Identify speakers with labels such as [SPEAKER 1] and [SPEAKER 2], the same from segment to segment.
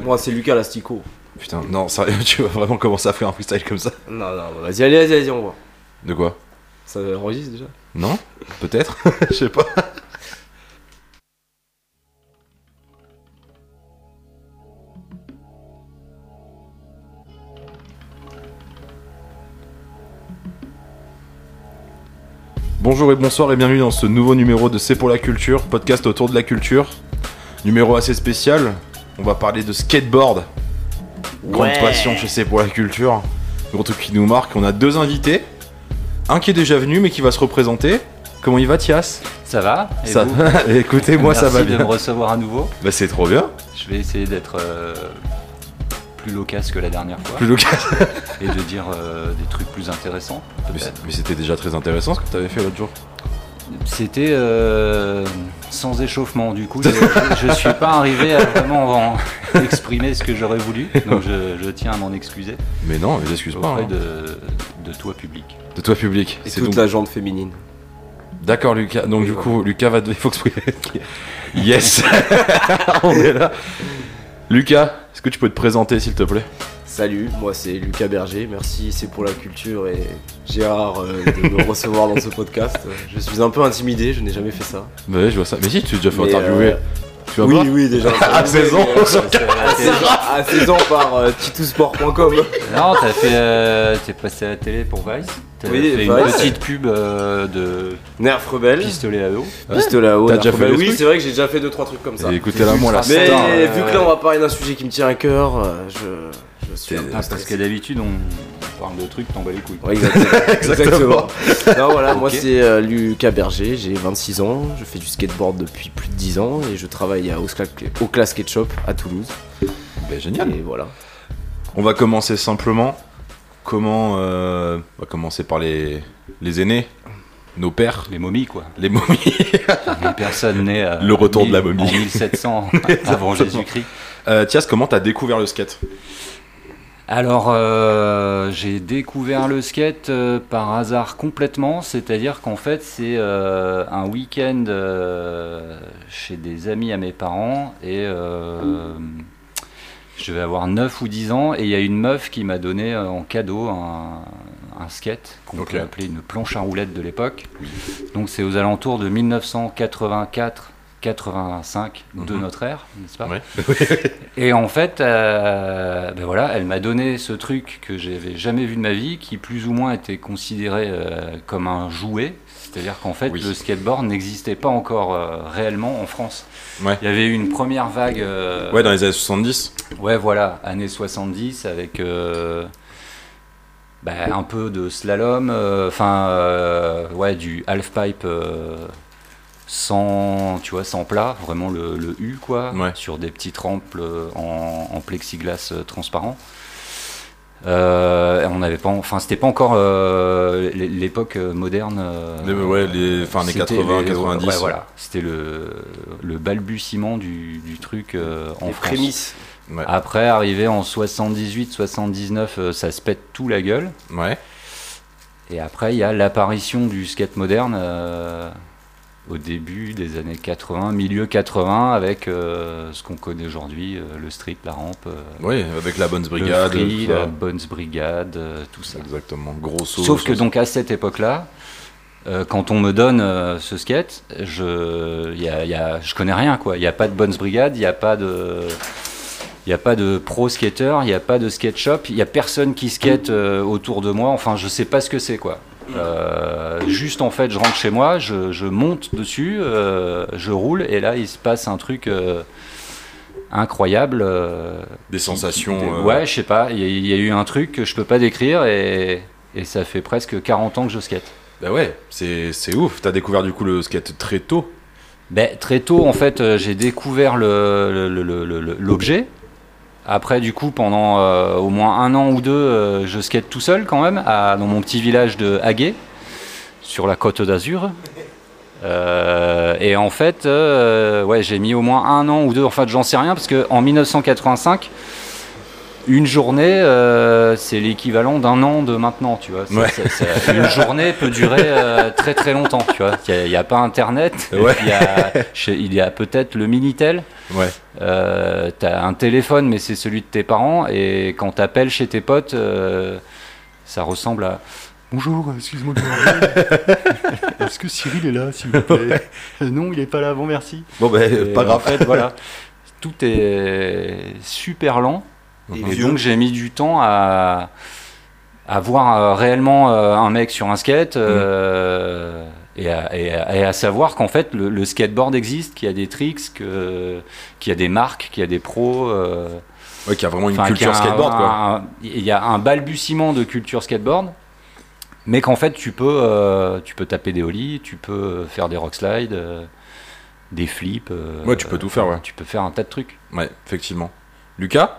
[SPEAKER 1] Moi, c'est Lucas Lastico.
[SPEAKER 2] Putain, non, sérieux, tu vas vraiment commencer à faire un freestyle comme ça
[SPEAKER 1] Non, non, bah, vas-y, allez, vas-y, vas-y, on voit.
[SPEAKER 2] De quoi
[SPEAKER 1] Ça enregistre déjà
[SPEAKER 2] Non Peut-être Je sais pas. Bonjour et bonsoir et bienvenue dans ce nouveau numéro de C'est pour la culture, podcast autour de la culture. Numéro assez spécial, on va parler de skateboard. Grande
[SPEAKER 1] Ouais.
[SPEAKER 2] passion chez C'est pour la culture. Gros truc qui nous marque, on a deux invités. Un qui est déjà venu mais qui va se représenter. Comment il va Thias
[SPEAKER 3] Ça va Et
[SPEAKER 2] Ça
[SPEAKER 3] vous
[SPEAKER 2] va Écoutez moi ça
[SPEAKER 3] Merci
[SPEAKER 2] va
[SPEAKER 3] de me
[SPEAKER 2] bien.
[SPEAKER 3] recevoir à nouveau.
[SPEAKER 2] Bah c'est trop bien.
[SPEAKER 3] Je vais essayer d'être euh, plus loquace que la dernière fois
[SPEAKER 2] Plus local.
[SPEAKER 3] et de dire euh, des trucs plus intéressants.
[SPEAKER 2] Mais
[SPEAKER 3] peut-être.
[SPEAKER 2] c'est- mais c'était déjà très intéressant ce que t'avais fait l'autre jour.
[SPEAKER 3] C'était euh, sans échauffement, du coup, je- je ne suis pas arrivé à vraiment en- exprimer ce que j'aurais voulu, donc je, je tiens à m'en excuser
[SPEAKER 2] Mais non, mais excuse pas.
[SPEAKER 3] auprès
[SPEAKER 2] hein.
[SPEAKER 3] de, de toi public.
[SPEAKER 2] De toi public.
[SPEAKER 1] Et
[SPEAKER 2] C'est
[SPEAKER 1] toute
[SPEAKER 2] donc-
[SPEAKER 1] la jante féminine.
[SPEAKER 2] D'accord Lucas. Donc
[SPEAKER 1] Oui,
[SPEAKER 2] du
[SPEAKER 1] voilà.
[SPEAKER 2] coup Lucas va devoir faut que Yes. On est là. Lucas, est-ce que tu peux te présenter s'il te plaît
[SPEAKER 1] Salut, moi c'est Lucas Berger, merci, c'est pour la culture et Gérard euh, de me recevoir dans ce podcast. Euh, Je suis un peu intimidé, je n'ai jamais fait ça.
[SPEAKER 2] Bah ouais, je vois ça. Mais si tu t'es déjà fait
[SPEAKER 1] Mais,
[SPEAKER 2] interviewer.
[SPEAKER 1] euh,
[SPEAKER 2] Tu vas
[SPEAKER 1] oui,
[SPEAKER 2] voir.
[SPEAKER 1] oui, déjà.
[SPEAKER 2] À 16 ans.
[SPEAKER 1] Mais, euh, À 16 ans- à 16 ans par euh, titousport.com.
[SPEAKER 3] Non, t'as fait, euh, t'es passé à la télé pour Vice. T'as
[SPEAKER 1] Oui,
[SPEAKER 3] fait une
[SPEAKER 1] Vice.
[SPEAKER 3] petite pub euh, de
[SPEAKER 1] Nerf rebelle.
[SPEAKER 3] pistolet à eau.
[SPEAKER 1] Pistolet à eau.
[SPEAKER 2] T'as
[SPEAKER 1] Nerf
[SPEAKER 2] déjà fait
[SPEAKER 1] rebelle.
[SPEAKER 2] des
[SPEAKER 1] Oui,
[SPEAKER 2] trucs
[SPEAKER 1] c'est vrai que j'ai déjà fait 2-3 trucs comme ça.
[SPEAKER 2] Et écoutez-la moi là.
[SPEAKER 3] Ultra
[SPEAKER 1] Mais
[SPEAKER 3] Putain, euh,
[SPEAKER 1] vu que là on va parler d'un sujet qui me tient à cœur, euh, je, je suis un peu
[SPEAKER 3] Ah, parce que
[SPEAKER 1] stressé.
[SPEAKER 3] d'habitude, on parle de trucs, t'en bats les couilles.
[SPEAKER 1] Ouais, exactement.
[SPEAKER 2] Exactement.
[SPEAKER 1] Exactement. Non, voilà, moi
[SPEAKER 3] Ok.
[SPEAKER 1] c'est euh, Lucas Berger, j'ai 26 ans, je fais du skateboard depuis plus de 10 ans et je travaille à Oscla- au Class Skate Shop à Toulouse.
[SPEAKER 2] Bah, génial.
[SPEAKER 1] Et voilà.
[SPEAKER 2] On va commencer simplement. Comment euh, On va commencer par les les aînés, nos pères,
[SPEAKER 3] Les momies, quoi.
[SPEAKER 2] les momies.
[SPEAKER 3] Les personnes nées à
[SPEAKER 2] Ah. Le retour de la momie.
[SPEAKER 3] En 1700 avant Jésus-Christ.
[SPEAKER 2] Euh, Thias, comment t'as découvert le skate
[SPEAKER 3] Euh, Alors, euh, j'ai découvert le skate euh, par hasard complètement, c'est-à-dire qu'en fait, c'est euh, un week-end euh, chez des amis à mes parents et euh, je vais avoir 9 ou 10 ans et il y a une meuf qui m'a donné euh, en cadeau un, un skate qu'on
[SPEAKER 2] Ok.
[SPEAKER 3] peut appeler une planche à roulettes de l'époque. Donc, c'est aux alentours de 1984. 85 de
[SPEAKER 2] Mhm.
[SPEAKER 3] notre ère, n'est-ce pas
[SPEAKER 2] Ouais.
[SPEAKER 3] et en fait, euh, ben voilà, elle m'a donné ce truc que j'avais jamais vu de ma vie, qui plus ou moins était considéré euh, comme un jouet. C'est-à-dire qu'en fait,
[SPEAKER 2] Oui.
[SPEAKER 3] le skateboard n'existait pas encore euh, réellement en France.
[SPEAKER 2] Ouais.
[SPEAKER 3] Il y avait eu une première vague. euh,
[SPEAKER 2] Ouais, dans les années 70.
[SPEAKER 3] Ouais, voilà, années 70 avec euh, bah, un peu de slalom, euh, enfin, euh, ouais, du half-pipe euh, sans, tu vois, sans plat, vraiment le, le U, quoi,
[SPEAKER 2] Ouais.
[SPEAKER 3] sur des petites rampes euh, en, en plexiglas euh, transparent. Euh, on n'avait pas, en- enfin, c'était pas encore euh, l'é- l'époque euh, moderne. euh,
[SPEAKER 2] Les- ouais, les- enfin, les
[SPEAKER 3] c'était
[SPEAKER 2] 80, 90.
[SPEAKER 3] ouais, voilà, c'était le, le balbutiement du, du truc euh, en
[SPEAKER 1] les
[SPEAKER 3] France.
[SPEAKER 1] prémices.
[SPEAKER 2] Ouais.
[SPEAKER 3] Après, arrivé en 78-79, euh, ça se pète tout la gueule.
[SPEAKER 2] Ouais.
[SPEAKER 3] Et après, il y a l'apparition du skate moderne euh, au début des années 80, milieu 80, avec euh, ce qu'on connaît aujourd'hui, euh, le street, la rampe, euh,
[SPEAKER 2] Ouais, avec la bonne brigade.
[SPEAKER 3] le free,
[SPEAKER 2] tout ça.
[SPEAKER 3] la Bones Brigade, euh, tout ça.
[SPEAKER 2] Exactement. Grosso.
[SPEAKER 3] Sauf que donc à cette époque-là, euh, quand on me donne euh, ce skate, je, y a- y a- je connais rien quoi. Il n'y a pas de Bones Brigade, il n'y a pas de, il a pas de pro skater, il n'y a pas de skate shop, il n'y a personne qui skate euh, autour de moi. Enfin, je sais pas ce que c'est quoi. Euh, juste en fait, je rentre chez moi, je, je monte dessus, euh, je roule et là il se passe un truc. euh, incroyable euh,
[SPEAKER 2] Des sensations.
[SPEAKER 3] des-
[SPEAKER 2] euh,
[SPEAKER 3] Ouais, je sais pas. Il y, a- il y a eu un truc que je peux pas décrire et, et ça fait presque 40 ans que je skate.
[SPEAKER 2] Bah ouais, c'est c'est ouf. T'as découvert du coup le skate très tôt.
[SPEAKER 3] Ben, très tôt, en fait, euh, j'ai découvert le- le- le- le- le- l'objet. Après, du coup, pendant euh, au moins un an ou deux, euh, je skate tout seul quand même, à- dans mon petit village de Haguet, sur la côte d'Azur. Euh, et en fait, euh, ouais, j'ai mis au moins un an ou deux, en fait, j'en sais rien, parce qu'en 1985, une journée, euh, c'est l'équivalent d'un an de maintenant, tu vois. C'est-
[SPEAKER 2] Ouais.
[SPEAKER 3] c'est- c'est- une journée peut durer euh, très très longtemps, tu vois. Il n'y a, pas Internet,
[SPEAKER 2] Ouais.
[SPEAKER 3] il y a, je sais- il y a peut-être le Minitel.
[SPEAKER 2] Ouais.
[SPEAKER 3] euh, t'as un téléphone, mais c'est celui de tes parents, et quand t'appelles chez tes potes, euh, ça ressemble à. Bonjour, excuse-moi de vous déranger. Est-ce que Cyril est là, s'il vous plaît Euh, Non, il n'est pas là, bon bah, merci.
[SPEAKER 2] Bon, ben,
[SPEAKER 3] Et
[SPEAKER 2] pas grave.
[SPEAKER 3] En fait, voilà. Tout est super lent.
[SPEAKER 2] euh,
[SPEAKER 1] Et
[SPEAKER 3] Et
[SPEAKER 1] vieux.
[SPEAKER 3] donc j'ai mis du temps à, à voir euh, réellement euh, un mec sur un skate
[SPEAKER 2] Mhm.
[SPEAKER 3] euh, et, à, et à- et à savoir qu'en fait le, le skateboard existe, qu'il y a des tricks, que- qu'il y a des marques, qu'il y a des pros. euh,
[SPEAKER 2] Ouais, qui a vraiment une
[SPEAKER 3] enfin, qu'il y
[SPEAKER 2] culture
[SPEAKER 3] a un-
[SPEAKER 2] skateboard, quoi.
[SPEAKER 3] un- Il y a un balbutiement de culture skateboard, mais qu'en fait tu peux, euh, tu peux taper des ollies, tu peux faire des rock slides, euh, des flips. euh,
[SPEAKER 2] Ouais, tu peux tout faire, ouais.
[SPEAKER 3] Tu peux faire un tas de trucs.
[SPEAKER 2] Ouais, effectivement. Lucas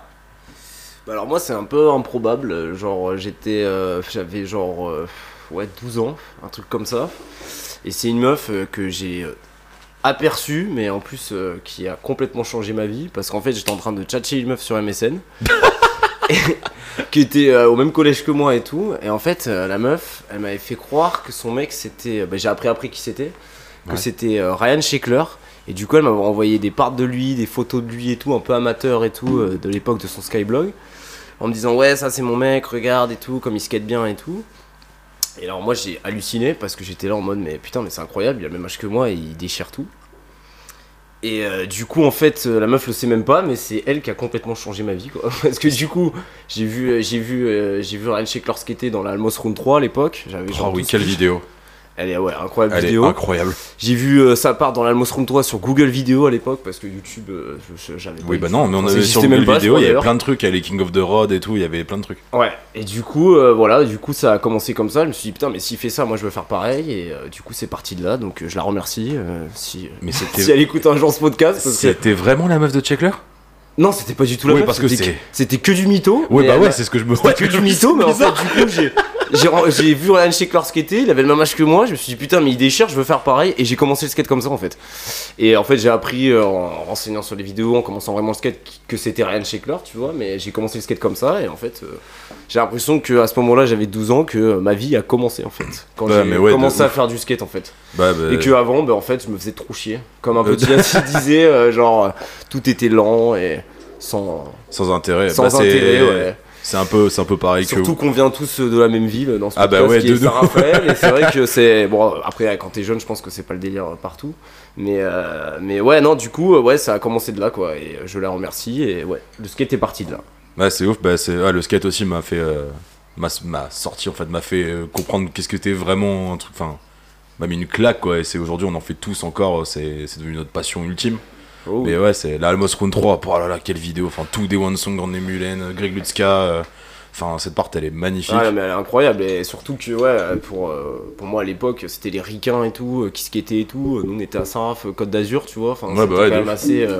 [SPEAKER 1] Bah alors moi c'est un peu improbable, euh, genre euh, j'étais euh, j'avais genre euh, ouais 12 ans, un truc comme ça. Et c'est une meuf euh, que j'ai euh, aperçue mais en plus euh, qui a complètement changé ma vie parce qu'en fait j'étais en train de tchatcher une meuf sur MSN et- qui était euh, au même collège que moi et tout et en fait euh, la meuf, elle m'avait fait croire que son mec c'était bah, j'ai appris après qui c'était que
[SPEAKER 2] Ouais.
[SPEAKER 1] c'était euh, Ryan Sheckler et du coup elle m'avait envoyé des parts de lui, des photos de lui et tout un peu amateur et tout euh, de l'époque de son Skyblog en me disant ouais ça c'est mon mec regarde et tout comme il skate bien et tout et alors moi j'ai halluciné parce que j'étais là en mode mais putain mais c'est incroyable il a le même âge que moi et il déchire tout et euh, du coup en fait euh, la meuf le sait même pas mais c'est elle qui a complètement changé ma vie quoi parce que du coup j'ai vu euh, j'ai vu euh, j'ai vu Ryan Sheckler skater dans la Almos Round 3 à l'époque j'avais
[SPEAKER 2] Oh
[SPEAKER 1] genre
[SPEAKER 2] oui,
[SPEAKER 1] 12.
[SPEAKER 2] quelle vidéo
[SPEAKER 1] elle est ouais incroyable
[SPEAKER 2] Elle est
[SPEAKER 1] vidéo
[SPEAKER 2] incroyable.
[SPEAKER 1] j'ai vu euh, sa part dans l'Almos Room 3 sur Google Vidéo à l'époque parce que YouTube euh, je- je- j'avais pas
[SPEAKER 2] Oui,
[SPEAKER 1] eu-
[SPEAKER 2] bah non, mais on
[SPEAKER 1] ça
[SPEAKER 2] avait sur
[SPEAKER 1] existait même
[SPEAKER 2] Google
[SPEAKER 1] pas, je
[SPEAKER 2] vidéo,
[SPEAKER 1] crois,
[SPEAKER 2] il y avait
[SPEAKER 1] d'ailleurs.
[SPEAKER 2] plein de trucs, il y avait les King of the Road et tout, il y avait plein de trucs.
[SPEAKER 1] Ouais, et du coup, euh, voilà, du coup, ça a commencé comme ça. Je me suis dit, putain, mais s'il fait ça, moi je veux faire pareil. Et euh, du coup, c'est parti de là. Donc, euh, je la remercie. euh, si,
[SPEAKER 2] Mais
[SPEAKER 1] si
[SPEAKER 2] c'était
[SPEAKER 1] elle écoute un jour ce podcast. Parce que...
[SPEAKER 2] c'était vraiment la meuf de Checkler
[SPEAKER 1] Non, c'était pas du tout la
[SPEAKER 2] Oui,
[SPEAKER 1] meuf,
[SPEAKER 2] parce que
[SPEAKER 1] c'était
[SPEAKER 2] c'est-
[SPEAKER 1] que- C'était que du mytho.
[SPEAKER 2] Oui,
[SPEAKER 1] mais
[SPEAKER 2] bah
[SPEAKER 1] elle
[SPEAKER 2] ouais,
[SPEAKER 1] a-
[SPEAKER 2] c'est ce que je me
[SPEAKER 1] C'était que du mytho, mais en fait, du coup, j'ai. J'ai, j'ai vu Ryan Sheckler skater, il avait le même âge que moi, je me suis dit putain mais il déchire, je veux faire pareil et j'ai commencé le skate comme ça en fait. Et en fait j'ai appris euh, en renseignant sur les vidéos, en commençant vraiment le skate que c'était Ryan Sheckler tu vois, mais j'ai commencé le skate comme ça et en fait euh, j'ai l'impression que à ce moment-là j'avais 12 ans que euh, ma vie a commencé en fait. Quand
[SPEAKER 2] Bah,
[SPEAKER 1] j'ai
[SPEAKER 2] mais ouais,
[SPEAKER 1] commencé
[SPEAKER 2] de
[SPEAKER 1] à
[SPEAKER 2] ouf.
[SPEAKER 1] faire du skate en fait.
[SPEAKER 2] Bah, bah,
[SPEAKER 1] Et que avant bah, en fait je me faisais trop chier. Comme un
[SPEAKER 2] Euh,
[SPEAKER 1] petit assis disait, euh, genre euh, tout était lent et sans,
[SPEAKER 2] sans intérêt.
[SPEAKER 1] sans
[SPEAKER 2] Bah, c'est-
[SPEAKER 1] intérêt ouais.
[SPEAKER 2] C'est un peu, c'est un peu pareil que.
[SPEAKER 1] Surtout qu'on vient tous euh, de la même ville euh, dans ce
[SPEAKER 2] Ah bah
[SPEAKER 1] podcast
[SPEAKER 2] ouais,
[SPEAKER 1] qui est
[SPEAKER 2] de nous.
[SPEAKER 1] Saint-Raphaël et c'est vrai que c'est bon après euh, quand t'es jeune je pense que c'est pas le délire euh, partout mais euh, mais ouais non du coup euh, ouais ça a commencé de là quoi et euh, je la remercie et ouais le skate est parti de là
[SPEAKER 2] Ouais, c'est ouf. Bah, c'est... ah, le skate aussi m'a fait. euh, m'a, m'a sorti, en fait, m'a fait euh, comprendre qu'est-ce que t'es vraiment un truc. Enfin, m'a mis une claque, quoi. Et c'est aujourd'hui, on en fait tous encore. euh, C'est, c'est devenu notre passion ultime.
[SPEAKER 1] Oh,
[SPEAKER 2] Mais ouais, c'est la Almos Round 3. Oh là là, quelle vidéo. Enfin, tout des One Song, Grand Mulen, Greg Lutzka. euh, Enfin, cette part, elle est magnifique.
[SPEAKER 1] Ouais, mais elle est incroyable et surtout que ouais euh, pour euh, pour moi à l'époque c'était les ricains et tout euh, qui skataient et tout nous on était à Saint-Raph euh, Côte d'Azur tu vois enfin
[SPEAKER 2] Ouais,
[SPEAKER 1] c'était
[SPEAKER 2] bah ouais,
[SPEAKER 1] quand
[SPEAKER 2] de
[SPEAKER 1] même
[SPEAKER 2] ouf.
[SPEAKER 1] assez euh,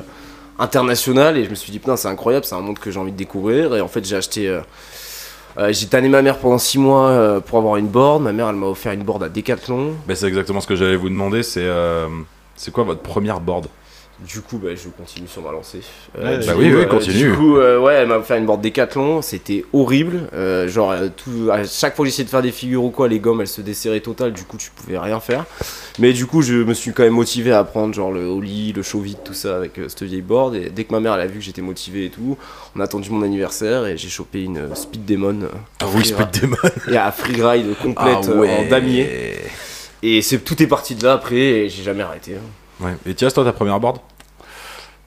[SPEAKER 1] international et je me suis dit putain c'est incroyable c'est un monde que j'ai envie de découvrir et en fait j'ai acheté euh, euh, j'ai tanné ma mère pendant 6 mois euh, pour avoir une board ma mère elle m'a offert une board à Decathlon
[SPEAKER 2] Bah, c'est exactement ce que j'allais vous demander. C'est, euh, c'est quoi votre première board
[SPEAKER 1] Du coup, bah, je continue sur ma lancée. Euh,
[SPEAKER 3] Ouais,
[SPEAKER 1] du
[SPEAKER 3] bah
[SPEAKER 1] coup,
[SPEAKER 2] oui, oui, continue.
[SPEAKER 1] Du coup, euh, ouais, elle m'a fait une board décathlon, c'était horrible. Euh, genre, euh, tout, à chaque fois que j'essayais de faire des figures ou quoi, les gommes elles se desserraient total, du coup, tu pouvais rien faire. Mais du coup, je me suis quand même motivé à apprendre, genre le holly, le show vide, tout ça avec euh, cette vieille board. Et dès que ma mère elle a vu que j'étais motivé et tout, on a attendu mon anniversaire et j'ai chopé une euh, Speed Demon euh,
[SPEAKER 2] Ah
[SPEAKER 1] oui, Speed et à free ride
[SPEAKER 3] Ah
[SPEAKER 1] complète euh, en damier. Et c'est tout est parti de là après et j'ai jamais arrêté. hein.
[SPEAKER 2] Ouais. Et Tias, toi, ta première board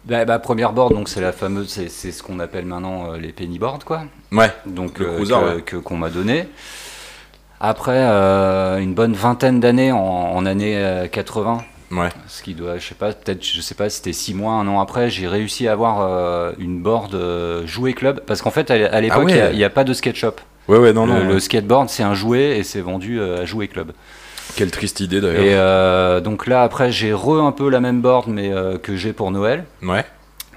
[SPEAKER 3] La, la Bah, première board, donc c'est la fameuse, c'est, c'est ce qu'on appelle maintenant euh, les penny boards, quoi.
[SPEAKER 2] Ouais.
[SPEAKER 3] Donc
[SPEAKER 2] Le
[SPEAKER 3] euh,
[SPEAKER 2] cruiser,
[SPEAKER 3] que-
[SPEAKER 2] ouais.
[SPEAKER 3] que- qu'on m'a donné. Après euh, une bonne vingtaine d'années, en, en année euh, 80,
[SPEAKER 2] Ouais.
[SPEAKER 3] ce qui doit, je sais pas, peut-être, je sais pas, c'était six mois, un an après, j'ai réussi à avoir euh, une board euh, jouet club, parce qu'en fait, à, à l'époque,
[SPEAKER 2] Ah ouais.
[SPEAKER 3] il y a- il n'y a, pas de skate shop.
[SPEAKER 2] Ouais, ouais, non,
[SPEAKER 3] le,
[SPEAKER 2] non.
[SPEAKER 3] le
[SPEAKER 2] ouais.
[SPEAKER 3] skateboard, c'est un jouet et c'est vendu euh, à jouet club.
[SPEAKER 2] euh, Quelle triste idée d'ailleurs.
[SPEAKER 3] Et euh, donc là, après, j'ai re un peu la même board, mais euh, que j'ai pour Noël,
[SPEAKER 2] Ouais.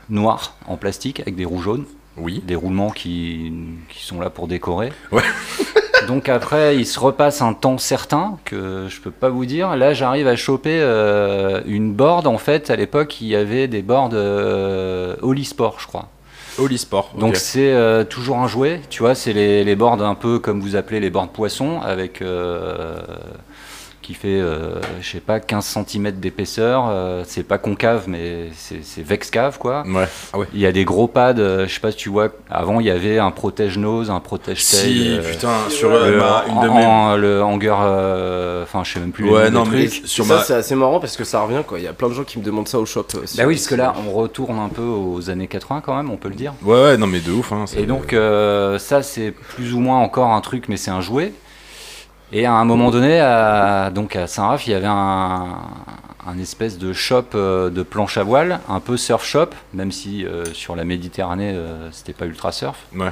[SPEAKER 3] noire, en plastique, avec des roues jaunes.
[SPEAKER 2] Oui.
[SPEAKER 3] des roulements qui, qui sont là pour décorer.
[SPEAKER 2] Ouais.
[SPEAKER 3] Donc après, il se repasse un temps certain que je peux pas vous dire. Là, j'arrive à choper euh, une board. En fait, à l'époque, il y avait des boards euh, Holy Sport, je crois.
[SPEAKER 2] Holy Sport.
[SPEAKER 3] Donc c'est euh, toujours un jouet. Tu vois, c'est les, les boards un peu comme vous appelez les boards poissons avec euh, qui fait, euh, je sais pas, 15 cm d'épaisseur. euh, c'est pas concave, mais c'est c'est vex-cave, quoi.
[SPEAKER 2] Ouais. Ah ouais.
[SPEAKER 3] Il y a des gros pads, euh, je sais pas si tu vois, avant il y avait un protège-nose, un protège-tail.
[SPEAKER 2] Si,
[SPEAKER 3] euh,
[SPEAKER 2] putain, sur
[SPEAKER 1] ouais.
[SPEAKER 2] euh,
[SPEAKER 3] le-
[SPEAKER 2] ma- une de
[SPEAKER 3] en-
[SPEAKER 2] mes.
[SPEAKER 3] en- le hangar, euh, enfin je sais même plus. le
[SPEAKER 2] ouais,
[SPEAKER 3] nom
[SPEAKER 2] non,
[SPEAKER 3] des
[SPEAKER 2] mais
[SPEAKER 3] trucs.
[SPEAKER 2] sur
[SPEAKER 1] ça,
[SPEAKER 2] ma.
[SPEAKER 1] c'est assez marrant parce que ça revient quoi. Il y a plein de gens qui me demandent ça au shop. euh,
[SPEAKER 3] Bah
[SPEAKER 1] sur-
[SPEAKER 3] oui, parce que là on retourne un peu aux années 80 quand même, on peut le dire.
[SPEAKER 2] Ouais, ouais, non, mais de ouf. Hein, c'est-
[SPEAKER 3] Et donc euh, ça c'est plus ou moins encore un truc, mais c'est un jouet. Et à un moment donné, à, donc à Saint-Raph, il y avait un, un espèce de shop euh, de planche à voile, un peu surf shop, même si euh, sur la Méditerranée euh, c'était pas ultra surf.
[SPEAKER 2] Ouais.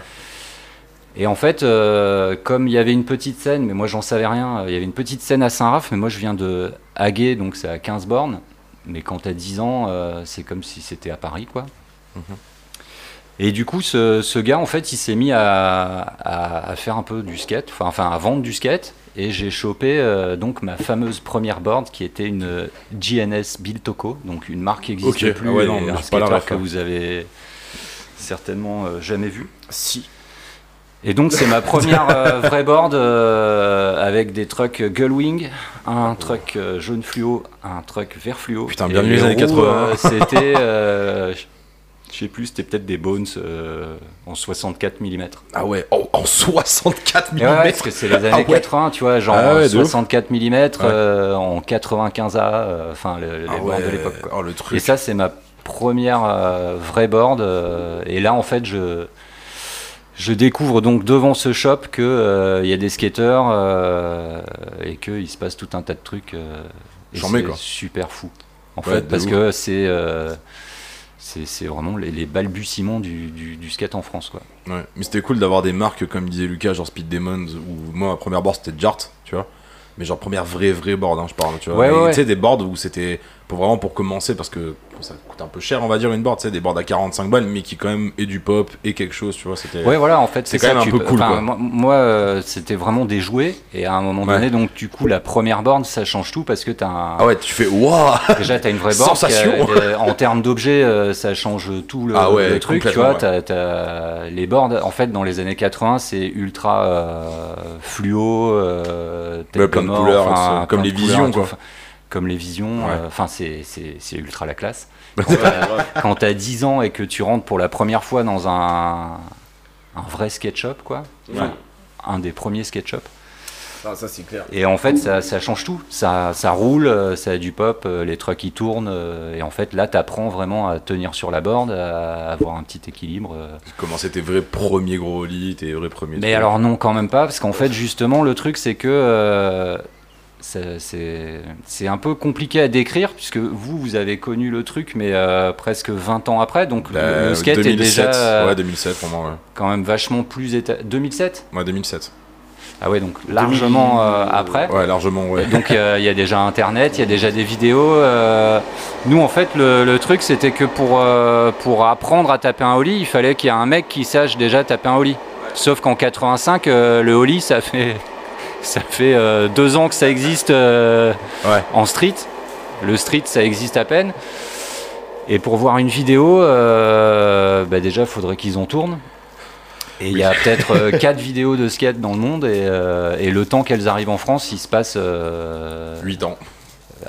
[SPEAKER 3] Et en fait, euh, comme il y avait une petite scène, mais moi j'en savais rien, euh, il y avait une petite scène à Saint-Raph, mais moi je viens de Hagué, donc c'est à 15 bornes. Mais quand t'as 10 ans, euh, c'est comme si c'était à Paris, quoi.
[SPEAKER 2] Mhm.
[SPEAKER 3] Et du coup, ce, ce gars, en fait, il s'est mis à, à- à faire un peu du skate, enfin, enfin à vendre du skate. Et j'ai chopé euh, donc ma fameuse première board qui était une euh, GNS Biltoco, donc une marque qui n'existe
[SPEAKER 2] Ok.
[SPEAKER 3] plus,
[SPEAKER 2] Ah ouais, non,
[SPEAKER 3] et
[SPEAKER 2] mais
[SPEAKER 3] un
[SPEAKER 2] c'est pas la
[SPEAKER 3] skateur
[SPEAKER 2] ref,
[SPEAKER 3] que
[SPEAKER 2] là.
[SPEAKER 3] vous avez certainement euh, jamais vu.
[SPEAKER 1] Si.
[SPEAKER 3] Et donc c'est ma première euh, vraie board euh, avec des trucks Gullwing, un truck euh, jaune fluo, un truck vert fluo.
[SPEAKER 2] Putain,
[SPEAKER 3] Et
[SPEAKER 2] bienvenue les années
[SPEAKER 3] roues,
[SPEAKER 2] 80, hein.
[SPEAKER 3] euh, c'était, euh, je- je sais plus, c'était peut-être des Bones euh, en 64 mm.
[SPEAKER 2] Ah ouais, en- en 64
[SPEAKER 3] Et ouais,
[SPEAKER 2] mm.
[SPEAKER 3] parce que c'est les années
[SPEAKER 2] Ah ouais.
[SPEAKER 3] 80, tu vois, genre
[SPEAKER 2] Ah ouais, de ouf.
[SPEAKER 3] 64 mm en 95A, euh, enfin le- les
[SPEAKER 2] Ah
[SPEAKER 3] boards de
[SPEAKER 2] ouais,
[SPEAKER 3] l'époque. quoi.
[SPEAKER 2] Oh, le
[SPEAKER 3] Et
[SPEAKER 2] truc.
[SPEAKER 3] ça, c'est ma première euh, vraie board. euh, et là, en fait, je, je découvre donc devant ce shop qu'il y a des skateurs euh, et qu'il se passe tout un tas de trucs. euh, et
[SPEAKER 2] J'en mets,
[SPEAKER 3] c'est
[SPEAKER 2] quoi.
[SPEAKER 3] super fou. En
[SPEAKER 2] Ouais, de
[SPEAKER 3] fait, parce
[SPEAKER 2] ouf.
[SPEAKER 3] que c'est. euh, c'est c'est vraiment les, les balbutiements du, du, du skate en France. Quoi.
[SPEAKER 2] Ouais. Mais c'était cool d'avoir des marques, comme disait Lucas, genre Speed Demons, ou moi, ma première board, c'était Jart, tu vois. Mais genre, première vraie, vraie board, hein, je parle, tu vois.
[SPEAKER 3] Ouais,
[SPEAKER 2] Et
[SPEAKER 3] ouais, ouais.
[SPEAKER 2] Tu sais, des boards où c'était pour vraiment pour commencer, parce que bon, ça coûte un peu cher, on va dire, une board, tu sais, des boards à 45 balles, mais qui quand même est du pop et quelque chose, tu vois. C'était.
[SPEAKER 3] Ouais, voilà, en fait,
[SPEAKER 2] C'est
[SPEAKER 3] ça,
[SPEAKER 2] quand même un
[SPEAKER 3] tu
[SPEAKER 2] peu
[SPEAKER 3] peux-
[SPEAKER 2] cool,
[SPEAKER 3] enfin,
[SPEAKER 2] quoi.
[SPEAKER 3] Moi, moi, euh, c'était vraiment des jouets, et à un moment
[SPEAKER 2] Ouais.
[SPEAKER 3] donné, donc, du coup, la première borne, ça change tout parce que t'as un,
[SPEAKER 2] Ah ouais, tu fais waouh!
[SPEAKER 3] Déjà, t'as une vraie borne.
[SPEAKER 2] Sensation.
[SPEAKER 3] qui a- euh, en termes d'objets, euh, ça change tout le,
[SPEAKER 2] Ah ouais,
[SPEAKER 3] le truc. Tu
[SPEAKER 2] complètement,
[SPEAKER 3] vois,
[SPEAKER 2] ouais.
[SPEAKER 3] t'as- t'as les boards. En fait, dans les années 80, c'est ultra euh, fluo, euh,
[SPEAKER 2] Ouais, plein de
[SPEAKER 3] technomorphe,
[SPEAKER 2] couleurs,
[SPEAKER 3] enfin,
[SPEAKER 2] c'est comme
[SPEAKER 3] plein
[SPEAKER 2] les
[SPEAKER 3] de couleurs,
[SPEAKER 2] visions,
[SPEAKER 3] tout.
[SPEAKER 2] quoi.
[SPEAKER 3] Enfin, Comme les visions.
[SPEAKER 2] Ouais.
[SPEAKER 3] euh, Enfin, c'est- c'est c'est ultra la classe.
[SPEAKER 1] Ouais, ouais.
[SPEAKER 3] Quand t'as 10 ans et que tu rentres pour la première fois dans un, un vrai skate shop, quoi. Enfin,
[SPEAKER 1] Ouais.
[SPEAKER 3] Un des premiers skate shops.
[SPEAKER 1] Ah, ça c'est clair.
[SPEAKER 3] Et en fait, ça, ça change tout. Ça, ça roule, euh, ça a du pop, euh, les trucks ils tournent. euh, Et en fait, là, t'apprends vraiment à tenir sur la board, à avoir un petit équilibre. euh.
[SPEAKER 2] Comment c'était vrais premiers gros lits, tes vrais premiers.
[SPEAKER 3] Mais
[SPEAKER 2] trucs.
[SPEAKER 3] alors, non, quand même pas, parce qu'en fait, justement, le truc, c'est que euh, ça- c'est c'est un peu compliqué à décrire, puisque vous, vous avez connu le truc, mais euh, presque 20 ans après. Donc, le-
[SPEAKER 2] Bah,
[SPEAKER 3] le skate
[SPEAKER 2] 2007,
[SPEAKER 3] est déjà euh,
[SPEAKER 2] Ouais, 2007 pour moi, ouais.
[SPEAKER 3] quand même vachement plus. éta- 2007
[SPEAKER 2] Ouais, 2007.
[SPEAKER 3] Ah ouais, donc largement euh, après.
[SPEAKER 2] Ouais, largement, ouais.
[SPEAKER 3] Donc euh, il y a déjà Internet, il y a déjà des vidéos. euh. Nous en fait le, le truc c'était que pour, euh, pour apprendre à taper un holly, il fallait qu'il y ait un mec qui sache déjà taper un holly. Sauf qu'en 85 euh, le holly ça fait ça fait euh, deux ans que ça existe euh,
[SPEAKER 2] Ouais.
[SPEAKER 3] en street. Le street ça existe à peine. Et pour voir une vidéo, euh, bah déjà faudrait qu'ils en tournent. Et il y a peut-être euh, quatre vidéos de skate dans le monde et, euh, et le temps qu'elles arrivent en France, il se passe euh,
[SPEAKER 2] 8 ans.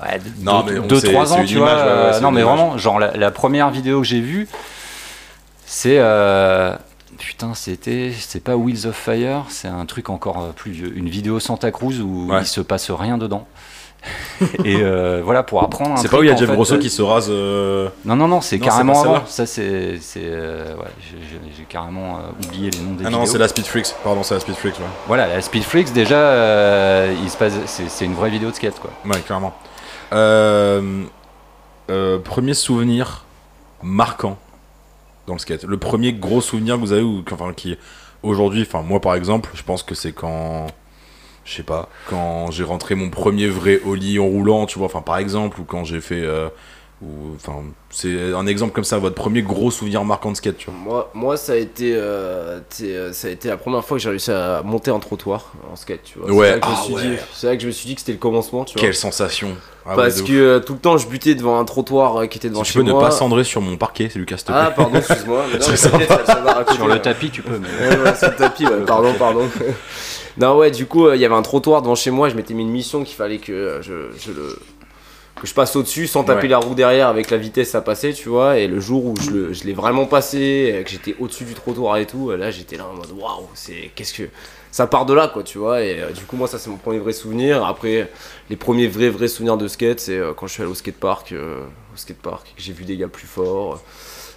[SPEAKER 3] ouais, deux-
[SPEAKER 2] Non, mais on
[SPEAKER 3] deux
[SPEAKER 2] sait,
[SPEAKER 3] trois
[SPEAKER 2] c'est
[SPEAKER 3] ans,
[SPEAKER 2] une
[SPEAKER 3] tu
[SPEAKER 2] image,
[SPEAKER 3] vois.
[SPEAKER 2] ouais, ouais,
[SPEAKER 3] euh,
[SPEAKER 2] c'est
[SPEAKER 3] non,
[SPEAKER 2] une
[SPEAKER 3] mais
[SPEAKER 2] image.
[SPEAKER 3] vraiment, genre la, la première vidéo que j'ai vue, c'est euh, putain, c'était c'est pas Wheels of Fire, c'est un truc encore euh, plus vieux, une vidéo Santa Cruz où
[SPEAKER 2] Ouais.
[SPEAKER 3] il se passe rien dedans. et euh, voilà pour apprendre. un
[SPEAKER 2] C'est pas
[SPEAKER 3] truc,
[SPEAKER 2] où il y a
[SPEAKER 3] en
[SPEAKER 2] Jeff
[SPEAKER 3] fait,
[SPEAKER 2] Grosso
[SPEAKER 3] euh,
[SPEAKER 2] qui se rase. euh,
[SPEAKER 3] non, non, non, c'est
[SPEAKER 2] Non, c'est
[SPEAKER 3] carrément
[SPEAKER 2] pas celle-là.
[SPEAKER 3] avant. Ça, c'est. c'est, euh, ouais, j'ai- j'ai- J'ai carrément euh, oublié les noms des
[SPEAKER 2] Ah non,
[SPEAKER 3] vidéos.
[SPEAKER 2] c'est la Speed Freaks. Pardon, c'est la Speed Freaks, ouais.
[SPEAKER 3] Voilà, la Speedflix, déjà, euh, il se passe. C'est c'est une vraie vidéo de skate, quoi.
[SPEAKER 2] Ouais, clairement. Euh, euh, premier souvenir marquant dans le skate. Le premier gros souvenir que vous avez, ou, enfin, qui aujourd'hui, enfin, moi par exemple, je pense que c'est quand. Je sais pas, quand j'ai rentré mon premier vrai ollie en roulant, tu vois, enfin, par exemple, ou quand j'ai fait. euh, ou, enfin, c'est un exemple comme ça, votre premier gros souvenir marquant de skate, tu vois.
[SPEAKER 1] Moi, moi ça, a été, euh, t'sais, euh, ça a été la première fois que j'ai réussi à monter en trottoir en skate. tu vois. C'est
[SPEAKER 2] Ouais.
[SPEAKER 1] là que je me
[SPEAKER 2] Ah
[SPEAKER 1] suis
[SPEAKER 2] ouais.
[SPEAKER 1] dit- C'est là que je me suis dit que c'était le commencement. Tu vois.
[SPEAKER 2] Quelle sensation! Ah ouais,
[SPEAKER 1] Parce
[SPEAKER 2] de ouf.
[SPEAKER 1] que euh, tout le temps, je butais devant un trottoir euh, qui était devant
[SPEAKER 2] Si tu
[SPEAKER 1] chez
[SPEAKER 2] peux ne
[SPEAKER 1] moi.
[SPEAKER 2] pas cendrer sur mon parquet, c'est Lucas, s'il te plaît.
[SPEAKER 1] ah, pardon, excuse-moi. mais non,
[SPEAKER 2] C'est
[SPEAKER 1] mais t'inquiète, ça- ça va raconter,
[SPEAKER 3] Sur le
[SPEAKER 1] ouais.
[SPEAKER 3] tapis, tu peux, mais.
[SPEAKER 1] Ouais, ouais, sur le tapis, ouais, pardon, pardon. Non, ouais, du coup, euh, il y avait un trottoir devant chez moi, je m'étais mis une mission qu'il fallait que euh, je, je le. Que je passe au-dessus sans taper
[SPEAKER 2] Ouais.
[SPEAKER 1] la roue derrière avec la vitesse à passer, tu vois. Et le jour où je, le- je l'ai vraiment passé, euh, que j'étais au-dessus du trottoir et tout, euh, là j'étais là en mode waouh, c'est qu'est-ce que ça part de là quoi, tu vois. Et euh, du coup, moi, ça c'est mon premier vrai souvenir. Après, les premiers vrais vrais souvenirs de skate, c'est euh, quand je suis allé au skatepark, euh, au skatepark, que j'ai vu des gars plus forts.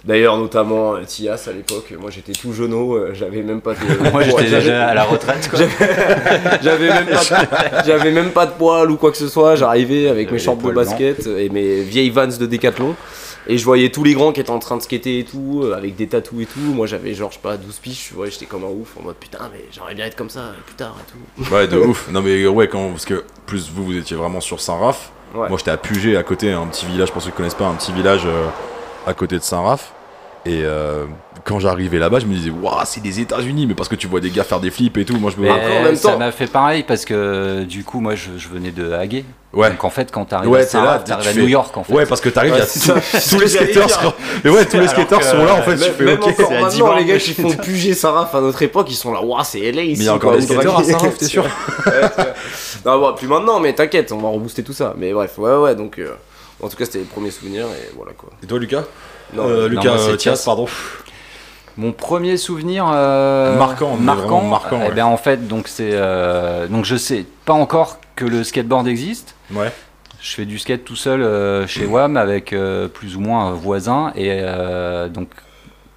[SPEAKER 1] D'ailleurs, notamment euh, Tias à l'époque, moi j'étais tout jeuneau, euh, j'avais même pas de.
[SPEAKER 3] Moi,
[SPEAKER 1] Ouais,
[SPEAKER 3] j'étais
[SPEAKER 1] j'avais-
[SPEAKER 3] déjà à la retraite, quoi.
[SPEAKER 1] j'avais même pas de, j'avais même pas de poils ou quoi que ce soit j'arrivais avec mes
[SPEAKER 3] les
[SPEAKER 1] shorts de
[SPEAKER 3] poils
[SPEAKER 1] basket et mes vieilles vans de décathlon et je voyais tous les grands qui étaient en train de skater et tout euh, avec des tatous et tout moi j'avais genre je sais pas 12 piches tu vois j'étais comme un ouf en mode putain mais j'aimerais bien être comme ça euh, plus tard et tout
[SPEAKER 2] Ouais, de ouf. Non, mais euh, ouais, quand, parce que plus vous, vous étiez vraiment sur Saint-Raph.
[SPEAKER 1] ouais
[SPEAKER 2] Moi, j'étais à Puget, à côté, un petit village, pour ceux qui connaissent pas, un petit village euh, à côté de Saint-Raph. Et euh, quand j'arrivais là-bas, je me disais, waouh, c'est les États-Unis, mais parce que tu vois des gars faire des flips et tout. Moi, je me
[SPEAKER 3] Mais
[SPEAKER 1] après, en même
[SPEAKER 3] ça
[SPEAKER 1] temps-
[SPEAKER 3] m'a fait pareil parce que du coup, moi, je, je venais de Hague.
[SPEAKER 2] Ouais.
[SPEAKER 3] Donc en fait, quand t'arrives
[SPEAKER 2] Ouais,
[SPEAKER 3] à
[SPEAKER 2] t'es là,
[SPEAKER 3] Saint-Raph,
[SPEAKER 2] tu
[SPEAKER 3] t'arrives à
[SPEAKER 2] fais-
[SPEAKER 3] New York en fait.
[SPEAKER 2] Ouais, parce que t'arrives, il y a
[SPEAKER 1] Ouais, c'est ça.
[SPEAKER 2] tous- tous
[SPEAKER 1] C'est
[SPEAKER 2] les
[SPEAKER 1] ce que j'allais
[SPEAKER 2] skateurs
[SPEAKER 1] dire.
[SPEAKER 2] sont... Mais ouais, tous les
[SPEAKER 3] Alors
[SPEAKER 2] skateurs
[SPEAKER 3] que,
[SPEAKER 2] sont là, en fait.
[SPEAKER 1] Même-
[SPEAKER 2] Tu fais,
[SPEAKER 1] même
[SPEAKER 2] ok,
[SPEAKER 1] encore
[SPEAKER 2] c'est à
[SPEAKER 1] maintenant,
[SPEAKER 2] Divan.
[SPEAKER 1] les gars qui font puger Saraf à notre époque, ils sont là, waouh, c'est LA ici.
[SPEAKER 2] Mais il y a encore
[SPEAKER 1] quoi,
[SPEAKER 2] des
[SPEAKER 1] on drague.
[SPEAKER 2] skateurs à Saint-Raph, t'es sûr
[SPEAKER 1] Ouais, c'est vrai. Non, bon, plus maintenant, mais t'inquiète, on va rebooster tout ça. Mais bref, ouais, ouais, donc euh, en tout cas, c'était les premiers souvenirs et voilà quoi.
[SPEAKER 2] Et toi, Lucas
[SPEAKER 1] Non,
[SPEAKER 2] Euh,
[SPEAKER 3] non,
[SPEAKER 2] Lucas
[SPEAKER 3] moi, c'est
[SPEAKER 2] euh, Thias,
[SPEAKER 3] Thias.
[SPEAKER 2] pardon.
[SPEAKER 3] Mon premier souvenir euh,
[SPEAKER 2] Marquant, mais
[SPEAKER 3] marquant,
[SPEAKER 2] vraiment marquant,
[SPEAKER 3] eh
[SPEAKER 2] ouais.
[SPEAKER 3] ben, en fait, donc c'est euh, donc je sais pas encore que le skateboard existe.
[SPEAKER 2] Ouais.
[SPEAKER 3] Je fais du skate tout seul euh,
[SPEAKER 2] Mm.
[SPEAKER 3] chez WAM avec euh, plus ou moins un voisin et euh, donc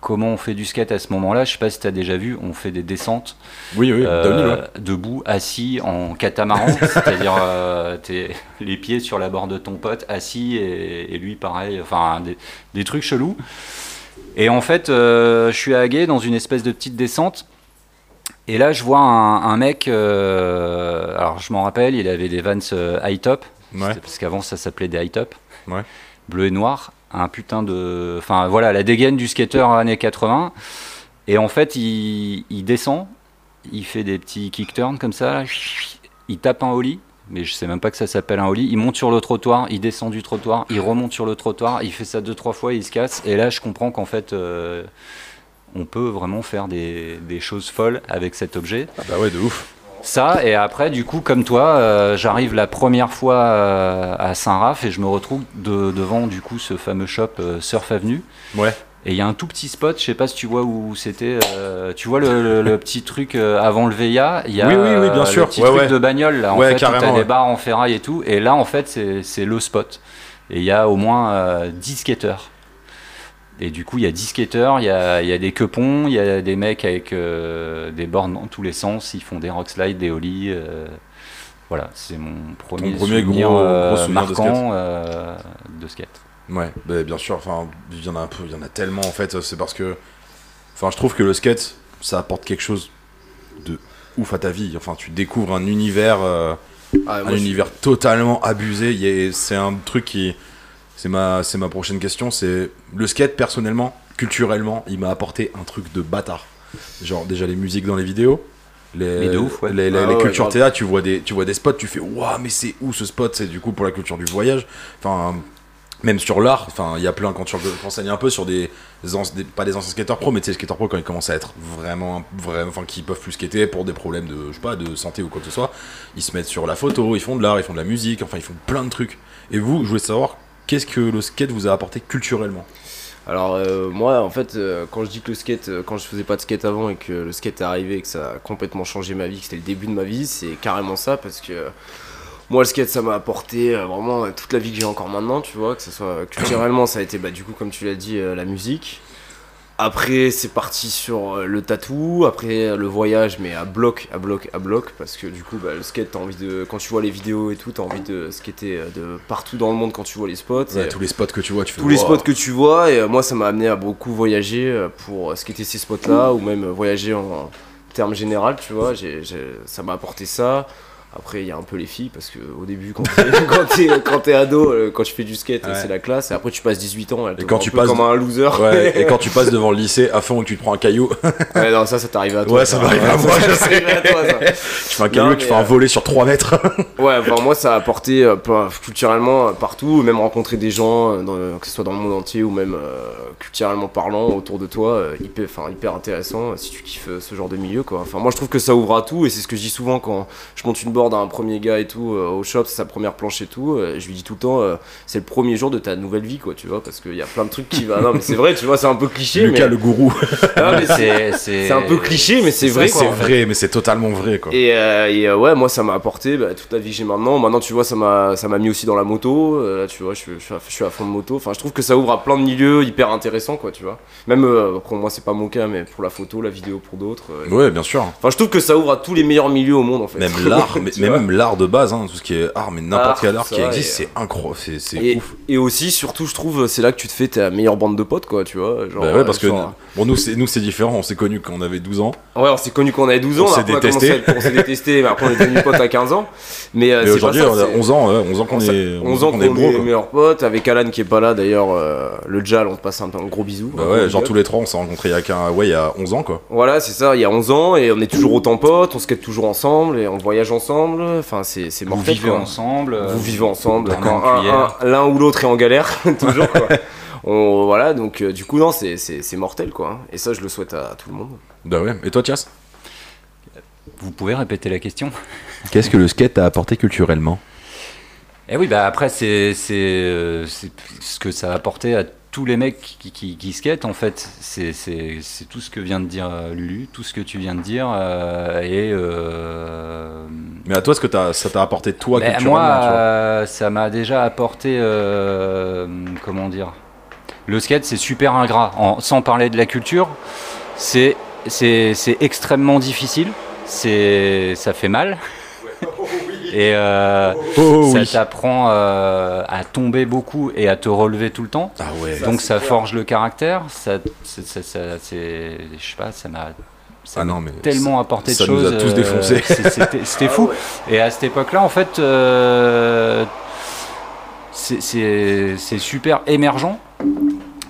[SPEAKER 3] comment on fait du skate à ce moment-là Je sais pas si t'as déjà vu, on fait des descentes
[SPEAKER 2] Oui, oui,
[SPEAKER 3] euh,
[SPEAKER 2] downhill, ouais.
[SPEAKER 3] debout, assis en catamaran, c'est-à-dire euh, t'es les pieds sur la barre de ton pote, assis et, et lui pareil, enfin des, des trucs chelous. Et en fait, euh, je suis à Hagué dans une espèce de petite descente. Et là, je vois un, un mec, euh, alors je m'en rappelle, il avait des Vans euh, high top,
[SPEAKER 2] Ouais.
[SPEAKER 3] c'était- parce qu'avant ça s'appelait des high top,
[SPEAKER 2] Ouais.
[SPEAKER 3] bleu et noir, un putain de, enfin voilà, la dégaine du skater années 80. Et en fait, il, il descend, il fait des petits kick turns comme ça, là. il tape un ollie, mais je sais même pas que ça s'appelle un ollie. Il monte sur le trottoir, il descend du trottoir, il remonte sur le trottoir, il fait ça deux trois fois, il se casse. Et là, je comprends qu'en fait. euh, on peut vraiment faire des- des choses folles avec cet objet.
[SPEAKER 2] Ah Bah ouais, de ouf.
[SPEAKER 3] Ça, et après, du coup, comme toi, euh, j'arrive la première fois euh, à Saint-Raph et je me retrouve de- devant, du coup, ce fameux shop euh, Surf Avenue.
[SPEAKER 2] Ouais.
[SPEAKER 3] Et il y a un tout petit spot, je sais pas si tu vois où c'était. euh, tu vois le, le- le petit truc euh, avant le VIA Il y a
[SPEAKER 2] Oui, oui, oui, bien
[SPEAKER 3] euh,
[SPEAKER 2] sûr.
[SPEAKER 3] le petit
[SPEAKER 2] Ouais,
[SPEAKER 3] truc
[SPEAKER 2] ouais.
[SPEAKER 3] de bagnole, là, en
[SPEAKER 2] Ouais,
[SPEAKER 3] fait, où t'as
[SPEAKER 2] carrément, ouais.
[SPEAKER 3] des barres en ferraille et tout. Et là, en fait, c'est c'est le spot. Et il y a au moins euh, 10 skateurs. Et du coup, il y a 10 skateurs, il y a, il y a des quepons, il y a des mecs avec euh, des bornes dans tous les sens, ils font des rock slides, des ollies. euh, voilà, c'est mon premier,
[SPEAKER 2] premier
[SPEAKER 3] souvenir,
[SPEAKER 2] gros-
[SPEAKER 3] euh,
[SPEAKER 2] gros souvenir de skate.
[SPEAKER 3] marquant euh, de skate.
[SPEAKER 2] Ouais, bah, bien sûr. Enfin, il y en a un peu, il y en a tellement en fait. C'est parce que, enfin, je trouve que le skate, ça apporte quelque chose de ouf à ta vie. Enfin, tu découvres un univers, euh,
[SPEAKER 1] Ah,
[SPEAKER 2] un
[SPEAKER 1] moi, je-
[SPEAKER 2] univers totalement abusé. Il y a- C'est un truc qui, c'est ma, c'est ma prochaine question. C'est le skate personnellement, culturellement, il m'a apporté un truc de bâtard. Genre déjà les musiques dans les vidéos. Les,
[SPEAKER 3] Mais de ouf, ouais.
[SPEAKER 2] les, les-
[SPEAKER 1] Ah
[SPEAKER 2] les
[SPEAKER 1] ouais,
[SPEAKER 2] cultures
[SPEAKER 1] grave.
[SPEAKER 2] théâtre, tu vois, des, tu vois des spots, tu fais Waouh, mais c'est où ce spot C'est du coup pour la culture du voyage. Enfin, même sur l'art, enfin, il y a plein quand tu renseignes un peu sur des, anci- des- pas des anciens skateurs pro, mais tu sais, les skateurs pro quand ils commencent à être vraiment, vraiment, enfin, qui peuvent plus skater pour des problèmes de, je sais pas, de santé ou quoi que ce soit, ils se mettent sur la photo, ils font de l'art, ils font de la musique, enfin, ils font plein de trucs. Et vous, je voulais savoir qu'est-ce que le skate vous a apporté culturellement.
[SPEAKER 1] Alors euh, moi en fait euh, quand je dis que le skate euh, quand je faisais pas de skate avant et que le skate est arrivé et que ça a complètement changé ma vie, que c'était le début de ma vie, c'est carrément ça parce que euh, moi le skate ça m'a apporté euh, vraiment euh, toute la vie que j'ai encore maintenant, tu vois, que ce soit euh, culturellement ça a été bah du coup comme tu l'as dit euh, la musique. Après c'est parti sur euh, le tatou, après euh, le voyage mais à bloc, à bloc, à bloc parce que du coup bah, le skate t'as envie de quand tu vois les vidéos et tout, t'as envie de skater euh, de partout dans le monde quand tu vois les spots.
[SPEAKER 2] Ouais,
[SPEAKER 1] et-
[SPEAKER 2] tous les spots que tu vois, tu fais
[SPEAKER 1] tous les
[SPEAKER 2] Waouh.
[SPEAKER 1] spots que tu vois et euh, moi ça m'a amené à beaucoup voyager euh, pour euh, skater ces spots là ou même euh, voyager en termes général tu vois j'ai, j'ai- ça m'a apporté ça Après, il y a un peu les filles, parce que au début, quand t'es- quand t'es- quand t'es ado, euh, quand je fais du skate,
[SPEAKER 2] Ouais.
[SPEAKER 1] c'est la classe. Et après, tu passes 18 ans, elle te
[SPEAKER 2] Et quand
[SPEAKER 1] voit un
[SPEAKER 2] tu
[SPEAKER 1] peu
[SPEAKER 2] passes-
[SPEAKER 1] comme un loser.
[SPEAKER 2] Ouais, et quand tu passes devant le lycée à fond et que tu te prends un caillou,
[SPEAKER 1] Ouais, non, ça, ça t'arrive à toi.
[SPEAKER 2] Ouais, ça m'arrive à moi, je
[SPEAKER 1] Ça t'arrive à toi, ça.
[SPEAKER 2] tu fais un caillou
[SPEAKER 1] Non,
[SPEAKER 2] et tu
[SPEAKER 1] mais,
[SPEAKER 2] fais un
[SPEAKER 1] euh,
[SPEAKER 2] volet sur 3 mètres.
[SPEAKER 1] Ouais, enfin, moi, ça a apporté euh, plein- culturellement euh, partout, même rencontrer des gens, euh, dans- que ce soit dans le monde entier ou même euh, culturellement parlant autour de toi, euh, hyper, enfin, hyper intéressant euh, si tu kiffes euh, ce genre de milieu, quoi. Enfin, moi, je trouve que ça ouvre à tout et c'est ce que je dis souvent quand je monte une board à un premier gars et tout, euh, au shop, c'est sa première planche et tout. euh, je lui dis tout le temps, euh, c'est le premier jour de ta nouvelle vie, quoi, tu vois, parce qu'il y a plein de trucs qui va. Non, mais c'est vrai, tu vois, c'est un peu cliché,
[SPEAKER 2] Lucas,
[SPEAKER 1] mais.
[SPEAKER 2] le gourou.
[SPEAKER 1] Ah, mais c'est-
[SPEAKER 3] C'est
[SPEAKER 1] c'est un peu cliché, mais c'est
[SPEAKER 3] c'est
[SPEAKER 1] vrai,
[SPEAKER 2] C'est
[SPEAKER 1] quoi. en fait.
[SPEAKER 2] vrai, mais c'est totalement vrai, quoi.
[SPEAKER 1] Et, euh, et, euh, ouais, moi ça m'a apporté bah, toute la vie que j'ai maintenant. Maintenant, tu vois, ça m'a ça m'a mis aussi dans la moto. Euh, là, tu vois, je, suis- je suis à, je suis à fond de moto. Enfin, je trouve que ça ouvre à plein de milieux hyper intéressants, quoi, tu vois. Même euh, pour moi, c'est pas mon cas, mais pour la photo, la vidéo, pour d'autres. euh.
[SPEAKER 2] Ouais, bien sûr. hein.
[SPEAKER 1] Enfin, je trouve que ça ouvre à tous les meilleurs milieux au monde, en fait.
[SPEAKER 2] Même l'art, mais,
[SPEAKER 1] Tu
[SPEAKER 2] mais
[SPEAKER 1] vois.
[SPEAKER 2] même l'art de base, hein, tout ce qui est art, mais n'importe
[SPEAKER 1] Art,
[SPEAKER 2] quel art
[SPEAKER 1] ça,
[SPEAKER 2] qui existe,
[SPEAKER 1] et,
[SPEAKER 2] c'est incroyable, c'est, c'est
[SPEAKER 1] Et,
[SPEAKER 2] ouf.
[SPEAKER 1] et aussi, surtout, je trouve, c'est là que tu te fais ta meilleure bande de potes, quoi, tu vois. Genre, euh,
[SPEAKER 2] Bah ouais, parce que
[SPEAKER 1] genre-
[SPEAKER 2] bon, nous, c'est, nous, c'est différent, on s'est connus quand on avait 12 ans.
[SPEAKER 1] Ouais, on s'est connu quand on avait 12 ans.
[SPEAKER 2] On s'est
[SPEAKER 1] après, a commencé
[SPEAKER 2] détesté.
[SPEAKER 1] à- on s'est détesté, mais après, on est devenus potes à 15 ans. Mais euh,
[SPEAKER 2] Et
[SPEAKER 1] c'est pas
[SPEAKER 2] aujourd'hui,
[SPEAKER 1] ça,
[SPEAKER 2] on a
[SPEAKER 1] c'est-
[SPEAKER 2] 11 ans, ouais, 11 ans qu'on
[SPEAKER 1] On
[SPEAKER 2] Euh, est,
[SPEAKER 1] 11 ans qu'on est,
[SPEAKER 2] bro, quoi.
[SPEAKER 1] meilleurs potes, avec Alan qui est pas là d'ailleurs, euh, le Jal, on te passe un, un gros bisou.
[SPEAKER 2] Bah
[SPEAKER 1] Un
[SPEAKER 2] ouais,
[SPEAKER 1] gros
[SPEAKER 2] genre
[SPEAKER 1] big
[SPEAKER 2] tous
[SPEAKER 1] up.
[SPEAKER 2] les trois, on s'est rencontrés il y a, qu'un- ouais, il y a 11 ans, quoi.
[SPEAKER 1] Voilà, c'est ça, il y a 11 ans et on est toujours autant potes, on se quête toujours ensemble et on voyage ensemble, enfin c'est c'est
[SPEAKER 3] Vous
[SPEAKER 1] mortel.
[SPEAKER 3] vivez
[SPEAKER 1] quoi.
[SPEAKER 3] ensemble. euh,
[SPEAKER 1] Vous vivez ensemble,
[SPEAKER 3] dans la
[SPEAKER 1] quand
[SPEAKER 3] même
[SPEAKER 1] un-
[SPEAKER 3] cuillère.
[SPEAKER 1] un- l'un ou l'autre est en galère, toujours quoi. On, voilà, donc euh, du coup, non, c'est- c'est c'est mortel quoi. hein. Et ça, je le souhaite à tout le monde.
[SPEAKER 2] Bah ouais. Et toi, Tias
[SPEAKER 3] Vous pouvez répéter la question
[SPEAKER 2] Qu'est-ce que le skate t'a apporté culturellement
[SPEAKER 3] Eh oui, bah après, c'est c'est, euh, c'est ce que ça a apporté à tous les mecs qui, qui, qui skatent, en fait. C'est- C'est c'est tout ce que vient de dire euh, Lulu, tout ce que tu viens de dire. euh, et. euh,
[SPEAKER 2] Mais à toi, ce que t'as- ça t'a apporté toi
[SPEAKER 3] ben,
[SPEAKER 2] culturellement
[SPEAKER 3] moi,
[SPEAKER 2] tu vois
[SPEAKER 3] euh, ça m'a déjà apporté. euh, comment dire Le skate, c'est super ingrat. En- sans parler de la culture, c'est c'est- c'est extrêmement difficile. c'est Ça fait mal. Et. euh,
[SPEAKER 2] Oh,
[SPEAKER 3] ça
[SPEAKER 2] oui.
[SPEAKER 3] t'apprend euh, à tomber beaucoup et à te relever tout le temps.
[SPEAKER 2] Ah ouais.
[SPEAKER 3] Donc
[SPEAKER 1] c'est
[SPEAKER 3] ça
[SPEAKER 1] clair.
[SPEAKER 3] forge le caractère. Ça, ça, ça- ça- c'est, je sais pas, ça m'a ça
[SPEAKER 2] Ah
[SPEAKER 3] m'a
[SPEAKER 2] non, mais
[SPEAKER 3] tellement apporté
[SPEAKER 2] ça
[SPEAKER 3] de
[SPEAKER 2] nous a
[SPEAKER 3] choses. euh,
[SPEAKER 2] tous défoncés. Ah
[SPEAKER 3] c'est- c'était, c'était fou. Et à cette époque-là, en fait, euh, c'est, c'est- c'est super émergent.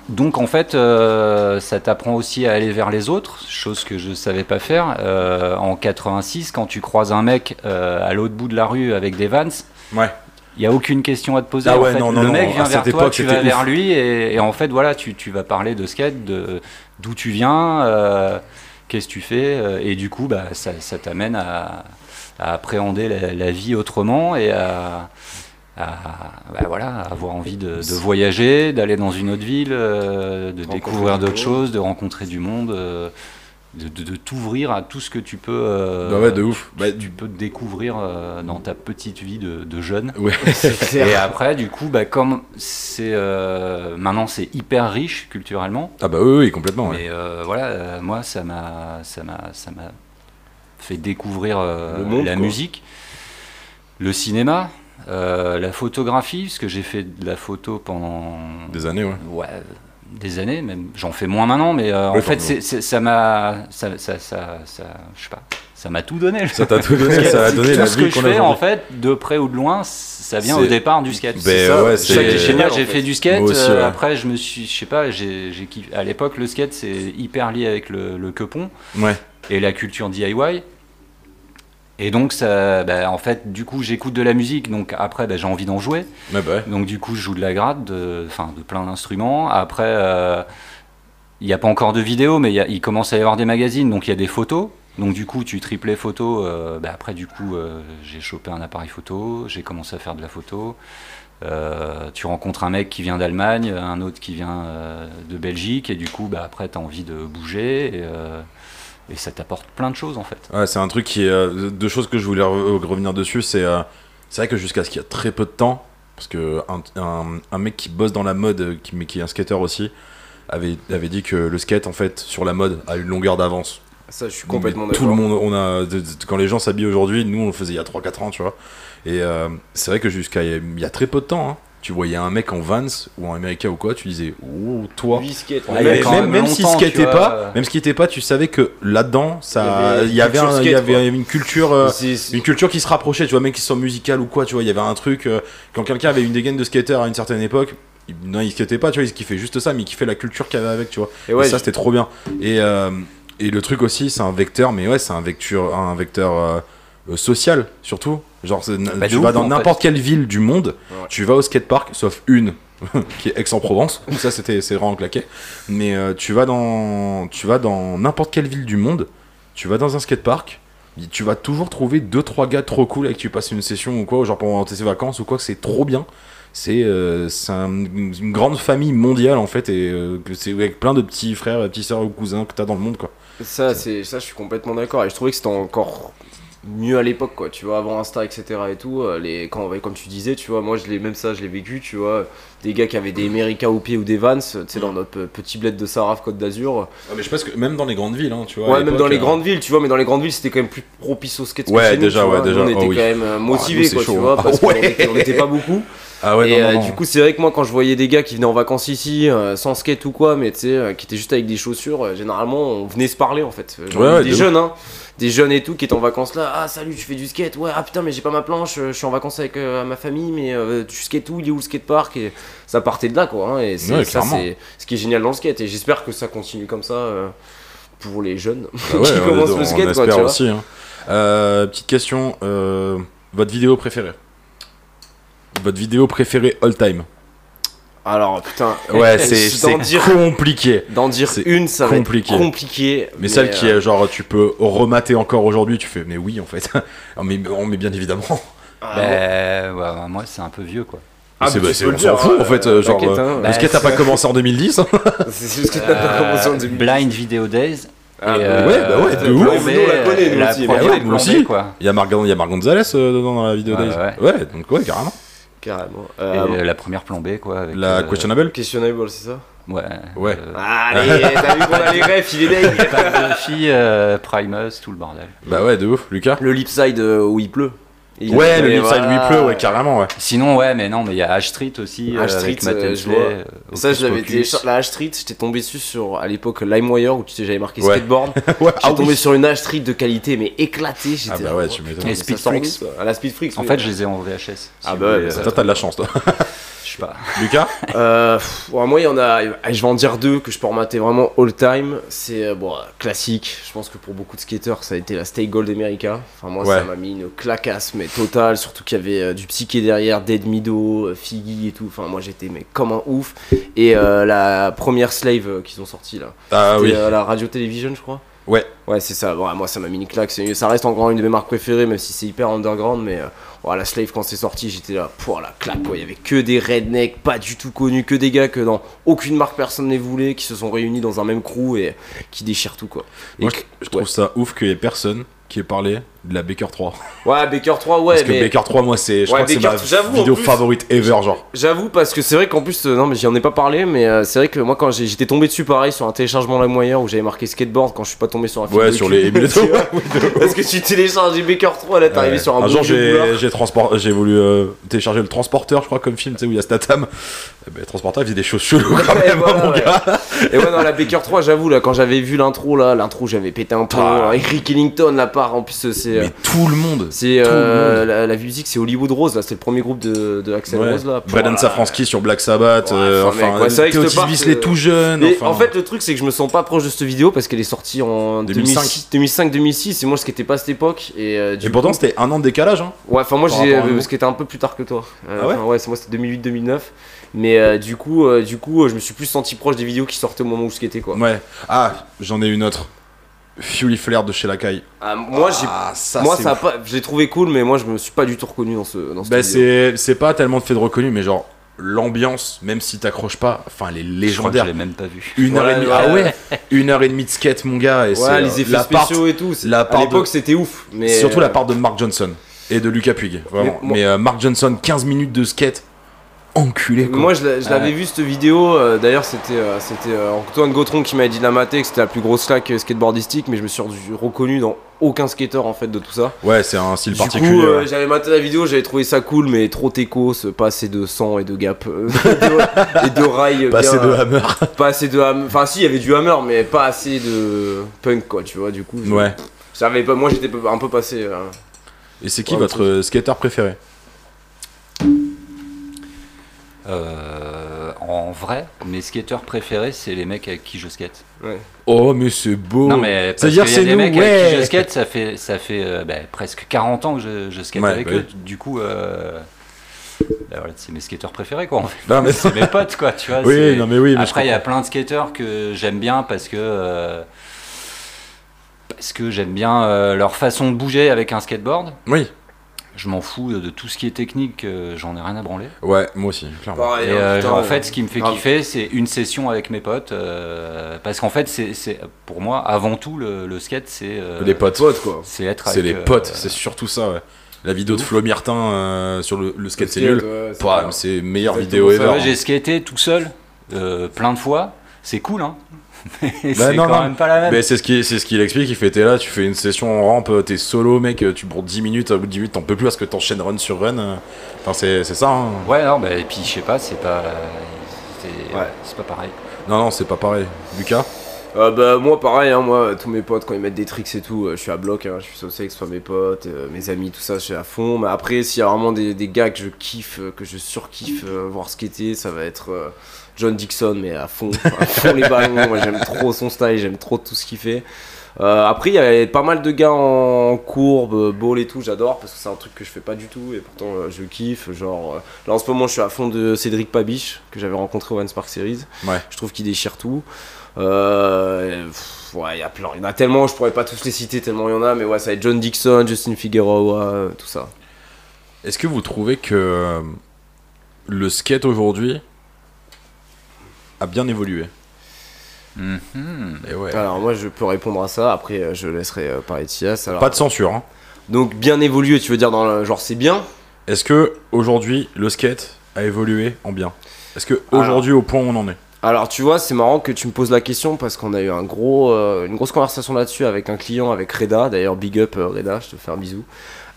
[SPEAKER 3] Donc en fait, euh, ça t'apprend aussi à aller vers les autres, chose que je ne savais pas faire. Euh, en 86, quand tu croises un mec euh, à l'autre bout de la rue avec des vans,
[SPEAKER 2] Ouais.
[SPEAKER 3] il n'y a aucune question à te poser.
[SPEAKER 2] Ah
[SPEAKER 3] en
[SPEAKER 2] ouais,
[SPEAKER 3] fait.
[SPEAKER 2] non, non,
[SPEAKER 3] le
[SPEAKER 2] non, à
[SPEAKER 3] mec vient vers
[SPEAKER 2] cette
[SPEAKER 3] toi,
[SPEAKER 2] époque,
[SPEAKER 3] tu
[SPEAKER 2] c'était
[SPEAKER 3] vas
[SPEAKER 2] ouf.
[SPEAKER 3] vers lui, et, et en fait, voilà, tu, tu vas parler de skate, de, d'où tu viens, euh, qu'est-ce que tu fais, euh, et du coup, bah, ça, ça t'amène à, à appréhender la, la vie autrement et à, à- bah, voilà, à avoir envie de, de voyager, d'aller dans une autre ville, euh, de
[SPEAKER 1] Rencontrer
[SPEAKER 3] découvrir
[SPEAKER 1] du
[SPEAKER 3] d'autres
[SPEAKER 1] monde.
[SPEAKER 3] choses, de rencontrer du monde, euh, de, de- de t'ouvrir à tout ce que tu peux. euh,
[SPEAKER 2] Bah ouais, de ouf. Bah,
[SPEAKER 3] tu
[SPEAKER 2] du...
[SPEAKER 3] peux te découvrir euh, dans ta petite vie de, de jeune.
[SPEAKER 2] Ouais.
[SPEAKER 1] Ah
[SPEAKER 3] Et après, du coup, bah, comme c'est euh, maintenant c'est hyper riche culturellement,
[SPEAKER 2] Ah bah oui, oui, complètement. ouais.
[SPEAKER 3] mais euh, voilà, euh, moi ça m'a ça m'a ça m'a fait découvrir euh,
[SPEAKER 1] Le monde,
[SPEAKER 3] la
[SPEAKER 1] quoi.
[SPEAKER 3] musique, le cinéma, euh, la photographie, parce que j'ai fait de la photo pendant
[SPEAKER 2] Des années, ouais.
[SPEAKER 3] ouais, des années, même j'en fais moins maintenant, mais euh,
[SPEAKER 2] Oui,
[SPEAKER 3] en fait
[SPEAKER 2] t'en-
[SPEAKER 3] c'est- c'est- ça m'a ça ça ça, ça- je sais pas, ça m'a tout donné.
[SPEAKER 2] Ça t'a tout donné, ça a donné
[SPEAKER 3] tout
[SPEAKER 2] la
[SPEAKER 3] ce que
[SPEAKER 2] vie
[SPEAKER 3] je
[SPEAKER 2] qu'on a
[SPEAKER 3] fais en
[SPEAKER 2] aujourd'hui.
[SPEAKER 3] fait, de près ou de loin, ça vient
[SPEAKER 2] C'est-
[SPEAKER 3] au départ du skate.
[SPEAKER 2] Ben,
[SPEAKER 1] ça,
[SPEAKER 2] ouais,
[SPEAKER 1] c'est-
[SPEAKER 3] Ça qui est
[SPEAKER 1] C'est génial.
[SPEAKER 2] c'est...
[SPEAKER 3] euh, génial,
[SPEAKER 1] en
[SPEAKER 3] j'ai
[SPEAKER 1] fait.
[SPEAKER 3] fait du skate.
[SPEAKER 2] Moi aussi,
[SPEAKER 3] euh,
[SPEAKER 2] ouais.
[SPEAKER 3] après, je me suis, je sais pas, j'ai, j'ai kiffé- À l'époque, le skate, c'est hyper lié avec le, le quepon
[SPEAKER 2] Ouais.
[SPEAKER 3] et la culture DIY. Et donc, ça, bah, en fait, du coup, j'écoute de la musique. Donc après, bah, j'ai envie d'en jouer.
[SPEAKER 2] Ouais, bah ouais.
[SPEAKER 3] Donc du coup, je joue de la grade, de, enfin, de plein d'instruments. Après, euh, il n'y a pas encore de vidéo, mais il y a- il commence à y avoir des magazines, donc il y a des photos. Donc du coup, tu triples les photos. euh, bah, après, du coup, euh, j'ai chopé un appareil photo, j'ai commencé à faire de la photo. Euh, tu rencontres un mec qui vient d'Allemagne, un autre qui vient euh, de Belgique, et du coup, bah, après, tu as envie de bouger, et, euh, et ça t'apporte plein de choses, en fait.
[SPEAKER 2] Ouais, c'est un truc qui est. euh, deux choses que je voulais re- revenir dessus, c'est. euh, c'est vrai que jusqu'à ce qu'il y a très peu de temps, parce que un, un- un mec qui bosse dans la mode, euh, qui, mais qui est un skater aussi, avait, avait dit que le skate, en fait, sur la mode, a une longueur d'avance.
[SPEAKER 1] Ça, je suis complètement
[SPEAKER 2] Mais Tout
[SPEAKER 1] d'accord.
[SPEAKER 2] le monde, on a. de- de- quand les gens s'habillent aujourd'hui, nous, on le faisait il y a 3-4 ans, tu vois. Et euh, c'est vrai que jusqu'à il y a- il y, a très peu de temps, hein, tu voyais un mec en Vans ou en Américain ou quoi, tu disais, oh, toi.
[SPEAKER 1] Lui, il skate.
[SPEAKER 3] Ah,
[SPEAKER 1] là,
[SPEAKER 3] il y
[SPEAKER 1] il
[SPEAKER 3] avait
[SPEAKER 1] est
[SPEAKER 2] même
[SPEAKER 3] quand
[SPEAKER 2] même,
[SPEAKER 3] même
[SPEAKER 2] même s'il
[SPEAKER 3] longtemps, tu
[SPEAKER 2] skatait
[SPEAKER 3] vois,
[SPEAKER 2] pas,
[SPEAKER 3] euh.
[SPEAKER 2] même s'il était pas, tu savais que là-dedans, ça,
[SPEAKER 1] Il
[SPEAKER 2] il
[SPEAKER 1] y
[SPEAKER 2] y
[SPEAKER 1] avait
[SPEAKER 2] avait,
[SPEAKER 1] une
[SPEAKER 2] un- il y
[SPEAKER 1] culture skate,
[SPEAKER 2] avait une culture, euh,
[SPEAKER 1] C'est- c'est-
[SPEAKER 2] une culture qui se rapprochait. Tu vois, même qui sont musicales ou quoi, tu vois, il y avait un truc. euh, quand quelqu'un avait une dégaine de skater à une certaine époque, il, non, il skatait pas, tu vois, il kiffait juste ça, mais il kiffait la culture qu'il y avait avec, tu vois.
[SPEAKER 1] Et
[SPEAKER 2] Et
[SPEAKER 1] ouais,
[SPEAKER 2] ça, c'était trop bien. Et, euh, et le truc aussi, c'est un vecteur, mais ouais, c'est un vecteur, un vecteur euh, euh, social, surtout. Genre, c'est-
[SPEAKER 3] Bah, de
[SPEAKER 2] tu
[SPEAKER 3] ouf,
[SPEAKER 2] vas dans
[SPEAKER 3] en
[SPEAKER 2] n'importe quelle ville du monde,
[SPEAKER 1] Ouais.
[SPEAKER 2] tu vas au skatepark, sauf une, qui est Aix-en-Provence. ça, c'était c'est vraiment claqué. Mais euh, tu vas dans tu vas dans n'importe quelle ville du monde, tu vas dans un skatepark, y- tu vas toujours trouver deux trois gars trop cool avec qui tu passes une session ou quoi, genre pendant tes vacances ou quoi, c'est trop bien. C'est euh, c'est un- une grande famille mondiale en fait et euh, que c'est avec plein de petits frères, petits sœurs ou cousins que t'as dans le monde quoi.
[SPEAKER 1] Ça, c'est, ça, je suis complètement d'accord. Et je trouvais que c'était encore mieux à l'époque, quoi. Tu vois, avant Insta, etc. et tout. euh, Les, quand, ouais, comme tu disais, tu vois, moi, je l'ai, même ça, je l'ai vécu, tu vois. Des gars qui avaient des America au pied ou des Vans, tu
[SPEAKER 2] Mm.
[SPEAKER 1] sais, dans notre pe- petit bled de Saraf, Côte d'Azur.
[SPEAKER 2] mais je pense que même dans les grandes villes hein, tu vois.
[SPEAKER 1] ouais, même dans les grandes villes, tu vois, mais dans les grandes villes, c'était quand même plus propice au skate. que
[SPEAKER 2] euh. Ouais,
[SPEAKER 1] chez nous,
[SPEAKER 2] déjà,
[SPEAKER 1] tu vois.
[SPEAKER 2] ouais, déjà,
[SPEAKER 1] On était
[SPEAKER 2] oh oui.
[SPEAKER 1] quand même euh,
[SPEAKER 2] nous,
[SPEAKER 1] motivés,
[SPEAKER 2] c'est
[SPEAKER 1] quoi,
[SPEAKER 2] chaud,
[SPEAKER 1] tu
[SPEAKER 2] hein.
[SPEAKER 1] vois, parce
[SPEAKER 2] Ah ouais.
[SPEAKER 1] qu'on était- on était pas beaucoup.
[SPEAKER 2] Ah ouais.
[SPEAKER 1] et
[SPEAKER 2] non,
[SPEAKER 1] euh,
[SPEAKER 2] non, non.
[SPEAKER 1] du coup, c'est vrai que moi, quand je voyais des gars qui venaient en vacances ici, euh, sans skate ou quoi, mais tu sais, euh, qui étaient juste avec des chaussures, euh, généralement, on venait se parler en fait. Euh, genre,
[SPEAKER 2] Ouais, ouais,
[SPEAKER 1] des
[SPEAKER 2] de
[SPEAKER 1] jeunes, hein, des jeunes et tout, qui étaient en vacances là. Ah, salut, tu fais du skate Ouais, ah putain, mais j'ai pas ma planche, euh, je suis en vacances avec euh, ma famille, mais euh, tu skates où Il est où le skatepark Et ça partait de là, quoi. hein, et c'est
[SPEAKER 2] Ouais,
[SPEAKER 1] ça,
[SPEAKER 2] clairement.
[SPEAKER 1] c'est ce qui est génial dans le skate. Et j'espère que ça continue comme ça. euh, Pour les jeunes
[SPEAKER 2] Ah ouais,
[SPEAKER 1] qui
[SPEAKER 2] on-
[SPEAKER 1] commencent
[SPEAKER 2] on
[SPEAKER 1] le skate, quoi,
[SPEAKER 2] espère
[SPEAKER 1] tu vois.
[SPEAKER 2] aussi. hein. Euh, petite question, euh, votre vidéo préférée Votre vidéo préférée all time
[SPEAKER 1] Alors, putain,
[SPEAKER 2] Ouais,
[SPEAKER 1] je-
[SPEAKER 2] c'est
[SPEAKER 1] d'en
[SPEAKER 2] c'est
[SPEAKER 1] dire,
[SPEAKER 2] compliqué.
[SPEAKER 1] d'en dire
[SPEAKER 2] c'est
[SPEAKER 1] une, ça va
[SPEAKER 2] compliqué.
[SPEAKER 1] être compliqué.
[SPEAKER 2] Mais, celle qui
[SPEAKER 1] euh,
[SPEAKER 2] est genre tu peux remater encore aujourd'hui, tu fais mais oui en fait. Non, mais, oh, mais bien évidemment.
[SPEAKER 1] ah,
[SPEAKER 3] Ben, ouais, moi, c'est un peu vieux, quoi.
[SPEAKER 1] Ah,
[SPEAKER 2] C'est- bah,
[SPEAKER 1] mais tu
[SPEAKER 2] c'est-
[SPEAKER 1] peux
[SPEAKER 2] on
[SPEAKER 1] le
[SPEAKER 2] s'en
[SPEAKER 1] dire,
[SPEAKER 2] fout
[SPEAKER 1] hein,
[SPEAKER 2] en fait.
[SPEAKER 1] euh,
[SPEAKER 2] euh, genre,
[SPEAKER 1] t'inquiète,
[SPEAKER 2] euh, bah,
[SPEAKER 1] hein.
[SPEAKER 2] le skate n'a pas commencé en 2010.
[SPEAKER 1] C'est juste que t'as pas commencé en
[SPEAKER 3] Euh,
[SPEAKER 1] 2010.
[SPEAKER 3] Blind Video Days.
[SPEAKER 1] Ah,
[SPEAKER 3] et,
[SPEAKER 1] bah
[SPEAKER 3] euh,
[SPEAKER 2] ouais, bah ouais, de
[SPEAKER 3] le
[SPEAKER 2] ouf.
[SPEAKER 3] plombé,
[SPEAKER 1] Nous, on la connaît, nous
[SPEAKER 3] la
[SPEAKER 1] aussi,
[SPEAKER 3] première
[SPEAKER 2] bah ouais, nous
[SPEAKER 3] plombée,
[SPEAKER 2] aussi.
[SPEAKER 3] quoi.
[SPEAKER 2] Il y a Marc il y a Marc Gonzalez euh, dedans dans la vidéo.
[SPEAKER 3] Ouais,
[SPEAKER 2] Days.
[SPEAKER 3] ouais.
[SPEAKER 2] ouais, donc ouais carrément.
[SPEAKER 1] Carrément.
[SPEAKER 3] Et,
[SPEAKER 1] Euh,
[SPEAKER 3] euh, la première plombée, quoi. avec,
[SPEAKER 2] La
[SPEAKER 3] euh,
[SPEAKER 2] questionable.
[SPEAKER 1] Questionable, c'est ça
[SPEAKER 3] Ouais.
[SPEAKER 2] Ouais.
[SPEAKER 3] euh,
[SPEAKER 1] Ah, Allez, t'as vu qu'on a les refs, il est dingue
[SPEAKER 3] Pat Duffy, euh, Primus, tout le bordel.
[SPEAKER 2] Bah ouais de ouf, Lucas.
[SPEAKER 1] Le lip side euh, où il pleut. Il-
[SPEAKER 2] Ouais, le
[SPEAKER 1] et
[SPEAKER 2] Lip Side
[SPEAKER 1] voilà.
[SPEAKER 2] lui pleut, ouais carrément ouais.
[SPEAKER 3] Sinon, ouais, mais non, mais il y a H Street aussi.
[SPEAKER 1] H
[SPEAKER 3] euh,
[SPEAKER 1] Street,
[SPEAKER 3] avec Matt
[SPEAKER 1] euh, je
[SPEAKER 3] Hensley,
[SPEAKER 1] vois.
[SPEAKER 3] euh,
[SPEAKER 1] Ça,
[SPEAKER 3] Hocus
[SPEAKER 1] je l'avais
[SPEAKER 3] Pocus.
[SPEAKER 1] téléchargé. La H Street, j'étais tombé dessus sur à l'époque LimeWire où tu sais, j'avais marqué
[SPEAKER 2] Ouais.
[SPEAKER 1] skateboard. J'étais
[SPEAKER 2] Ouais, ah oui.
[SPEAKER 1] tombé sur une H Street de qualité, mais éclatée. J'étais
[SPEAKER 2] Ah bah ouais, tu m'étonnes.
[SPEAKER 1] Et
[SPEAKER 3] Et
[SPEAKER 1] Speed
[SPEAKER 3] Speed
[SPEAKER 1] Freaks.
[SPEAKER 3] Freaks.
[SPEAKER 1] À la Speed Freaks.
[SPEAKER 3] En
[SPEAKER 1] oui.
[SPEAKER 3] fait, je les ai en VHS. si
[SPEAKER 1] Ah
[SPEAKER 3] vous
[SPEAKER 1] bah ouais,
[SPEAKER 3] voulez, euh,
[SPEAKER 1] mais ça-
[SPEAKER 2] Toi, t'as de la chance, toi.
[SPEAKER 3] je sais pas.
[SPEAKER 2] Lucas
[SPEAKER 1] Euh, pff, ouais, moi, il y en a. eh, Je vais en dire deux que je peux remater vraiment all time. C'est euh, bon, classique. Je pense que pour beaucoup de skateurs, ça a été la Stay Gold America. Enfin, moi, ça
[SPEAKER 2] Ouais.
[SPEAKER 1] m'a mis une clacasse, mais totale. Surtout qu'il y avait euh, du psyché derrière, Dead Mido, euh, Figgy et tout. Enfin, moi, j'étais mais comme un ouf. Et euh, la première Slave euh, qu'ils ont sortie là.
[SPEAKER 2] Ah
[SPEAKER 1] C'était,
[SPEAKER 2] oui.
[SPEAKER 1] euh, la radio-télévision, je crois.
[SPEAKER 2] Ouais.
[SPEAKER 1] Ouais, c'est ça. Ouais, moi, ça m'a mis une claque. C'est- Ça reste encore une de mes marques préférées, même si c'est hyper underground. Mais euh, ouais, la Slave, quand c'est sorti, j'étais là. Pour la claque, quoi. Il y avait que des rednecks, pas du tout connus, que des gars que dans aucune marque personne ne voulait, qui se sont réunis dans un même crew et euh, qui déchirent tout, quoi. Et
[SPEAKER 2] Moi,
[SPEAKER 1] que-
[SPEAKER 2] Je trouve ça ouf qu'il y ait personne qui ait parlé de la Baker 3.
[SPEAKER 1] ouais. ouais, Baker 3, ouais,
[SPEAKER 2] Parce que
[SPEAKER 1] mais
[SPEAKER 2] Baker 3, moi, c'est je
[SPEAKER 1] Ouais,
[SPEAKER 2] crois que c'est
[SPEAKER 1] Baker,
[SPEAKER 2] ma
[SPEAKER 1] j'avoue, en
[SPEAKER 2] vidéo
[SPEAKER 1] plus.
[SPEAKER 2] favorite ever, genre.
[SPEAKER 1] j'avoue, parce que c'est vrai qu'en plus, euh, non, mais j'en ai pas parlé, mais euh, c'est vrai que moi, quand j'ai- j'étais tombé dessus, pareil, sur un téléchargement la moyenne où j'avais marqué skateboard, quand je suis pas tombé sur un film
[SPEAKER 2] Ouais,
[SPEAKER 1] de
[SPEAKER 2] sur
[SPEAKER 1] cul.
[SPEAKER 2] les émulateurs.
[SPEAKER 1] Tu vois Parce que tu télécharges Baker 3, là, t'es arrivé
[SPEAKER 2] Ouais.
[SPEAKER 1] sur un, bon
[SPEAKER 2] jour,
[SPEAKER 1] vieux boulard.
[SPEAKER 2] j'ai j'ai transpor- j'ai voulu euh, télécharger le transporteur, je crois, comme film, tu sais, où il y a Statham. Eh ben, transporteur, il faisait des choses cheloues quand
[SPEAKER 1] Ouais,
[SPEAKER 2] même, hein,
[SPEAKER 1] voilà,
[SPEAKER 2] mon
[SPEAKER 1] ouais.
[SPEAKER 2] gars.
[SPEAKER 1] Et ouais, dans la Baker 3, j'avoue, là, quand j'avais vu l'intro, là, l'intro, j'avais pété un peu. hein.
[SPEAKER 2] Ah.
[SPEAKER 1] Eric Killington, la part, en plus, euh, c'est. euh,
[SPEAKER 2] Mais tout le monde.
[SPEAKER 1] C'est
[SPEAKER 2] tout le
[SPEAKER 1] euh, la, la musique, c'est Hollywood Rose, là, c'est le premier groupe de, de Axel
[SPEAKER 2] Ouais.
[SPEAKER 1] Rose, là.
[SPEAKER 2] Braden
[SPEAKER 1] Voilà.
[SPEAKER 2] Safranski sur Black Sabbath,
[SPEAKER 1] Ouais,
[SPEAKER 2] euh,
[SPEAKER 1] enfin, mec,
[SPEAKER 2] enfin,
[SPEAKER 1] ouais, c'est vrai que cette
[SPEAKER 2] Théotis
[SPEAKER 1] part,
[SPEAKER 2] Bisley
[SPEAKER 1] euh,
[SPEAKER 2] tout jeune.
[SPEAKER 1] Mais
[SPEAKER 2] enfin,
[SPEAKER 1] en fait, le truc, c'est que je me sens pas proche de cette vidéo parce qu'elle est sortie en
[SPEAKER 2] 2005.
[SPEAKER 1] 2005-2006, et moi, ce qui était pas à cette époque. Et, euh, du
[SPEAKER 2] Et pourtant,
[SPEAKER 1] coup-
[SPEAKER 2] c'était un an de décalage, hein.
[SPEAKER 1] Ouais, enfin moi
[SPEAKER 2] Par
[SPEAKER 1] j'ai
[SPEAKER 2] rapport à
[SPEAKER 1] euh,
[SPEAKER 2] nous.
[SPEAKER 1] parce que t'es un peu plus tard que toi. Euh,
[SPEAKER 2] Ah ouais
[SPEAKER 1] enfin, Ouais, c'est moi c'était 2008-2009. Mais euh, du coup, euh, du coup, euh, je me suis plus senti proche des vidéos qui sortaient au moment où je skatais quoi.
[SPEAKER 2] Ouais. Ah, j'en ai une autre. Fury Flair de chez Lakai.
[SPEAKER 1] Ah, moi j'ai,
[SPEAKER 2] Ah, ça,
[SPEAKER 1] moi
[SPEAKER 2] c'est
[SPEAKER 1] ça a
[SPEAKER 2] ouf.
[SPEAKER 1] pas, j'ai trouvé cool, mais moi je me suis pas du tout reconnu dans ce, dans cette
[SPEAKER 2] Bah,
[SPEAKER 1] vidéo.
[SPEAKER 2] c'est c'est pas tellement de fait de reconnu, mais genre l'ambiance, même si t'accroches pas, enfin elle est
[SPEAKER 3] Je crois que je
[SPEAKER 2] légendaire.
[SPEAKER 3] l'ai même pas vu.
[SPEAKER 2] Une heure
[SPEAKER 1] Ouais,
[SPEAKER 2] et demie,
[SPEAKER 1] ouais.
[SPEAKER 2] ah ouais, une heure et demie de skate, mon gars. Et c'est,
[SPEAKER 1] Ouais,
[SPEAKER 2] euh,
[SPEAKER 1] les effets
[SPEAKER 2] la part-
[SPEAKER 1] spéciaux et tout. c'est-
[SPEAKER 2] la
[SPEAKER 1] à
[SPEAKER 2] part
[SPEAKER 1] l'époque
[SPEAKER 2] de-
[SPEAKER 1] c'était ouf, mais
[SPEAKER 2] c'est surtout la
[SPEAKER 1] euh,
[SPEAKER 2] part de Mark Johnson et de Lucas Puig, vraiment.
[SPEAKER 1] Mais moi-
[SPEAKER 2] Mais, euh, Mark Johnson, 15 minutes de skate. enculé quoi.
[SPEAKER 1] Moi, je l'a- je l'avais
[SPEAKER 3] Ouais.
[SPEAKER 1] vu cette vidéo. euh, D'ailleurs, c'était euh, c'était euh, Antoine Gautron qui m'avait dit de la mater que c'était la plus grosse claque euh, skateboardistique, mais je me suis rendu- reconnu dans aucun skater en fait de tout ça.
[SPEAKER 2] Ouais, c'est un style
[SPEAKER 1] du
[SPEAKER 2] particulier.
[SPEAKER 1] coup, euh,
[SPEAKER 2] ouais.
[SPEAKER 1] j'avais maté la vidéo, j'avais trouvé ça cool, mais trop techos, pas assez de sang et de gap, euh, de- et de rails.
[SPEAKER 2] Passer
[SPEAKER 1] bien,
[SPEAKER 2] de
[SPEAKER 1] euh,
[SPEAKER 2] hammer.
[SPEAKER 1] pas assez de ham- Enfin, si, il y avait du hammer, mais pas assez de punk, quoi, tu vois. Du coup, je-
[SPEAKER 2] Ouais.
[SPEAKER 1] j'avais pas, moi j'étais un peu passé. euh,
[SPEAKER 2] Et c'est qui
[SPEAKER 1] Ouais,
[SPEAKER 2] votre euh, skater préféré
[SPEAKER 3] Euh, en vrai, mes skateurs préférés, c'est les mecs avec qui je skate.
[SPEAKER 1] ouais.
[SPEAKER 2] Oh, mais c'est beau.
[SPEAKER 3] Non, mais parce
[SPEAKER 2] C'est-à-dire,
[SPEAKER 3] qu'il y a
[SPEAKER 2] c'est
[SPEAKER 3] des
[SPEAKER 2] nous,
[SPEAKER 3] mecs
[SPEAKER 2] ouais.
[SPEAKER 3] avec qui je skate, ça fait, ça fait euh, bah, presque 40 ans que je, je skate
[SPEAKER 2] Ouais,
[SPEAKER 3] avec
[SPEAKER 2] bah
[SPEAKER 3] eux. Du coup, euh, bah, voilà, c'est mes skateurs préférés, quoi. en fait.
[SPEAKER 2] Non, mais-
[SPEAKER 3] c'est mes potes, quoi, tu vois. c'est-
[SPEAKER 2] Oui, non, mais oui. Mais je
[SPEAKER 3] Après, il y a
[SPEAKER 2] comprends.
[SPEAKER 3] plein de skateurs que j'aime bien parce que. euh, parce que j'aime bien euh, leur façon de bouger avec un skateboard.
[SPEAKER 2] Oui.
[SPEAKER 3] Je m'en fous de, de tout ce qui est technique, euh, j'en ai rien à branler.
[SPEAKER 2] Ouais, moi aussi, clairement.
[SPEAKER 1] Pareil,
[SPEAKER 3] Et
[SPEAKER 1] hein,
[SPEAKER 3] euh,
[SPEAKER 1] putain,
[SPEAKER 3] en
[SPEAKER 1] euh,
[SPEAKER 3] fait, ce qui me fait
[SPEAKER 1] grave.
[SPEAKER 3] kiffer, c'est une session avec mes potes. euh, parce qu'en fait, c'est, c'est- pour moi, avant tout, le, le skate, c'est, euh,
[SPEAKER 2] Les potes.
[SPEAKER 1] pote, quoi.
[SPEAKER 3] c'est être
[SPEAKER 2] C'est
[SPEAKER 3] avec,
[SPEAKER 2] les
[SPEAKER 3] euh,
[SPEAKER 2] potes, c'est surtout ça, ouais. La vidéo de Flo Myrtin euh, sur le, le skate, c'est
[SPEAKER 1] Skate,
[SPEAKER 2] nul.
[SPEAKER 1] ouais, euh, c'est
[SPEAKER 2] Pouah,
[SPEAKER 1] clair.
[SPEAKER 2] mais C'est meilleure
[SPEAKER 1] Exactement
[SPEAKER 2] vidéo
[SPEAKER 1] ça,
[SPEAKER 2] ever.
[SPEAKER 3] Ouais,
[SPEAKER 2] hein.
[SPEAKER 3] j'ai skaté tout seul euh, plein de fois. C'est cool, hein. Mais c'est
[SPEAKER 2] Bah non,
[SPEAKER 3] quand
[SPEAKER 2] non,
[SPEAKER 3] même pas la même.
[SPEAKER 2] Mais c'est ce qu'il c'est ce qu'il explique, il fait t'es là, tu fais une session en rampe, euh, t'es solo mec, euh, tu bourres 10 minutes, au bout de 10 minutes t'en peux plus parce que t'enchaînes run sur run. euh. Enfin c'est c'est ça. hein.
[SPEAKER 3] Ouais, non, bah, et puis je sais pas, c'est pas. C'est,
[SPEAKER 1] Ouais.
[SPEAKER 3] c'est pas pareil.
[SPEAKER 2] Non non c'est pas pareil. Lucas
[SPEAKER 1] Euh, bah, moi, pareil, hein, moi, tous mes potes, quand ils mettent des tricks et tout, euh, je suis à bloc, hein, je suis saucé que ce soit mes potes, euh, mes amis, tout ça, je suis à fond. Mais après, s'il y a vraiment des, des gars que je kiffe, euh, que je surkiffe, euh, voir skater, ça va être euh, John Dixon, mais à fond, à fond les ballons. Moi, j'aime trop son style, j'aime trop tout ce qu'il fait. Euh, après, il y avait pas mal de gars en courbe, euh, ball et tout, j'adore parce que c'est un truc que je fais pas du tout et pourtant euh, je kiffe. Genre, euh, là en ce moment, je suis à fond de Cédric Pabiche que j'avais rencontré au One Spark Series.
[SPEAKER 2] Ouais.
[SPEAKER 1] Je trouve qu'il déchire tout. Euh, pff, ouais, il y a plein, il y en a tellement, je pourrais pas tous les citer tellement il y en a, mais ouais, ça va être John Dixon, Justin Figueroa, euh, tout ça.
[SPEAKER 2] Est-ce que vous trouvez que euh, le skate aujourd'hui a bien évolué
[SPEAKER 3] Mhm.
[SPEAKER 2] Et ouais.
[SPEAKER 1] Alors, moi, je peux répondre à ça. Après, euh, je laisserai euh, parler Tias. Alors,
[SPEAKER 2] Pas de censure. Hein.
[SPEAKER 1] donc, bien évolué, tu veux dire, dans le genre, c'est bien
[SPEAKER 2] Est-ce que aujourd'hui le skate a évolué en bien Est-ce que aujourd'hui au point où on en est
[SPEAKER 1] Alors tu vois, c'est marrant que tu me poses la question parce qu'on a eu un gros, euh, une grosse conversation là-dessus avec un client, avec Reda. D'ailleurs, big up euh, Reda, je te fais un bisou.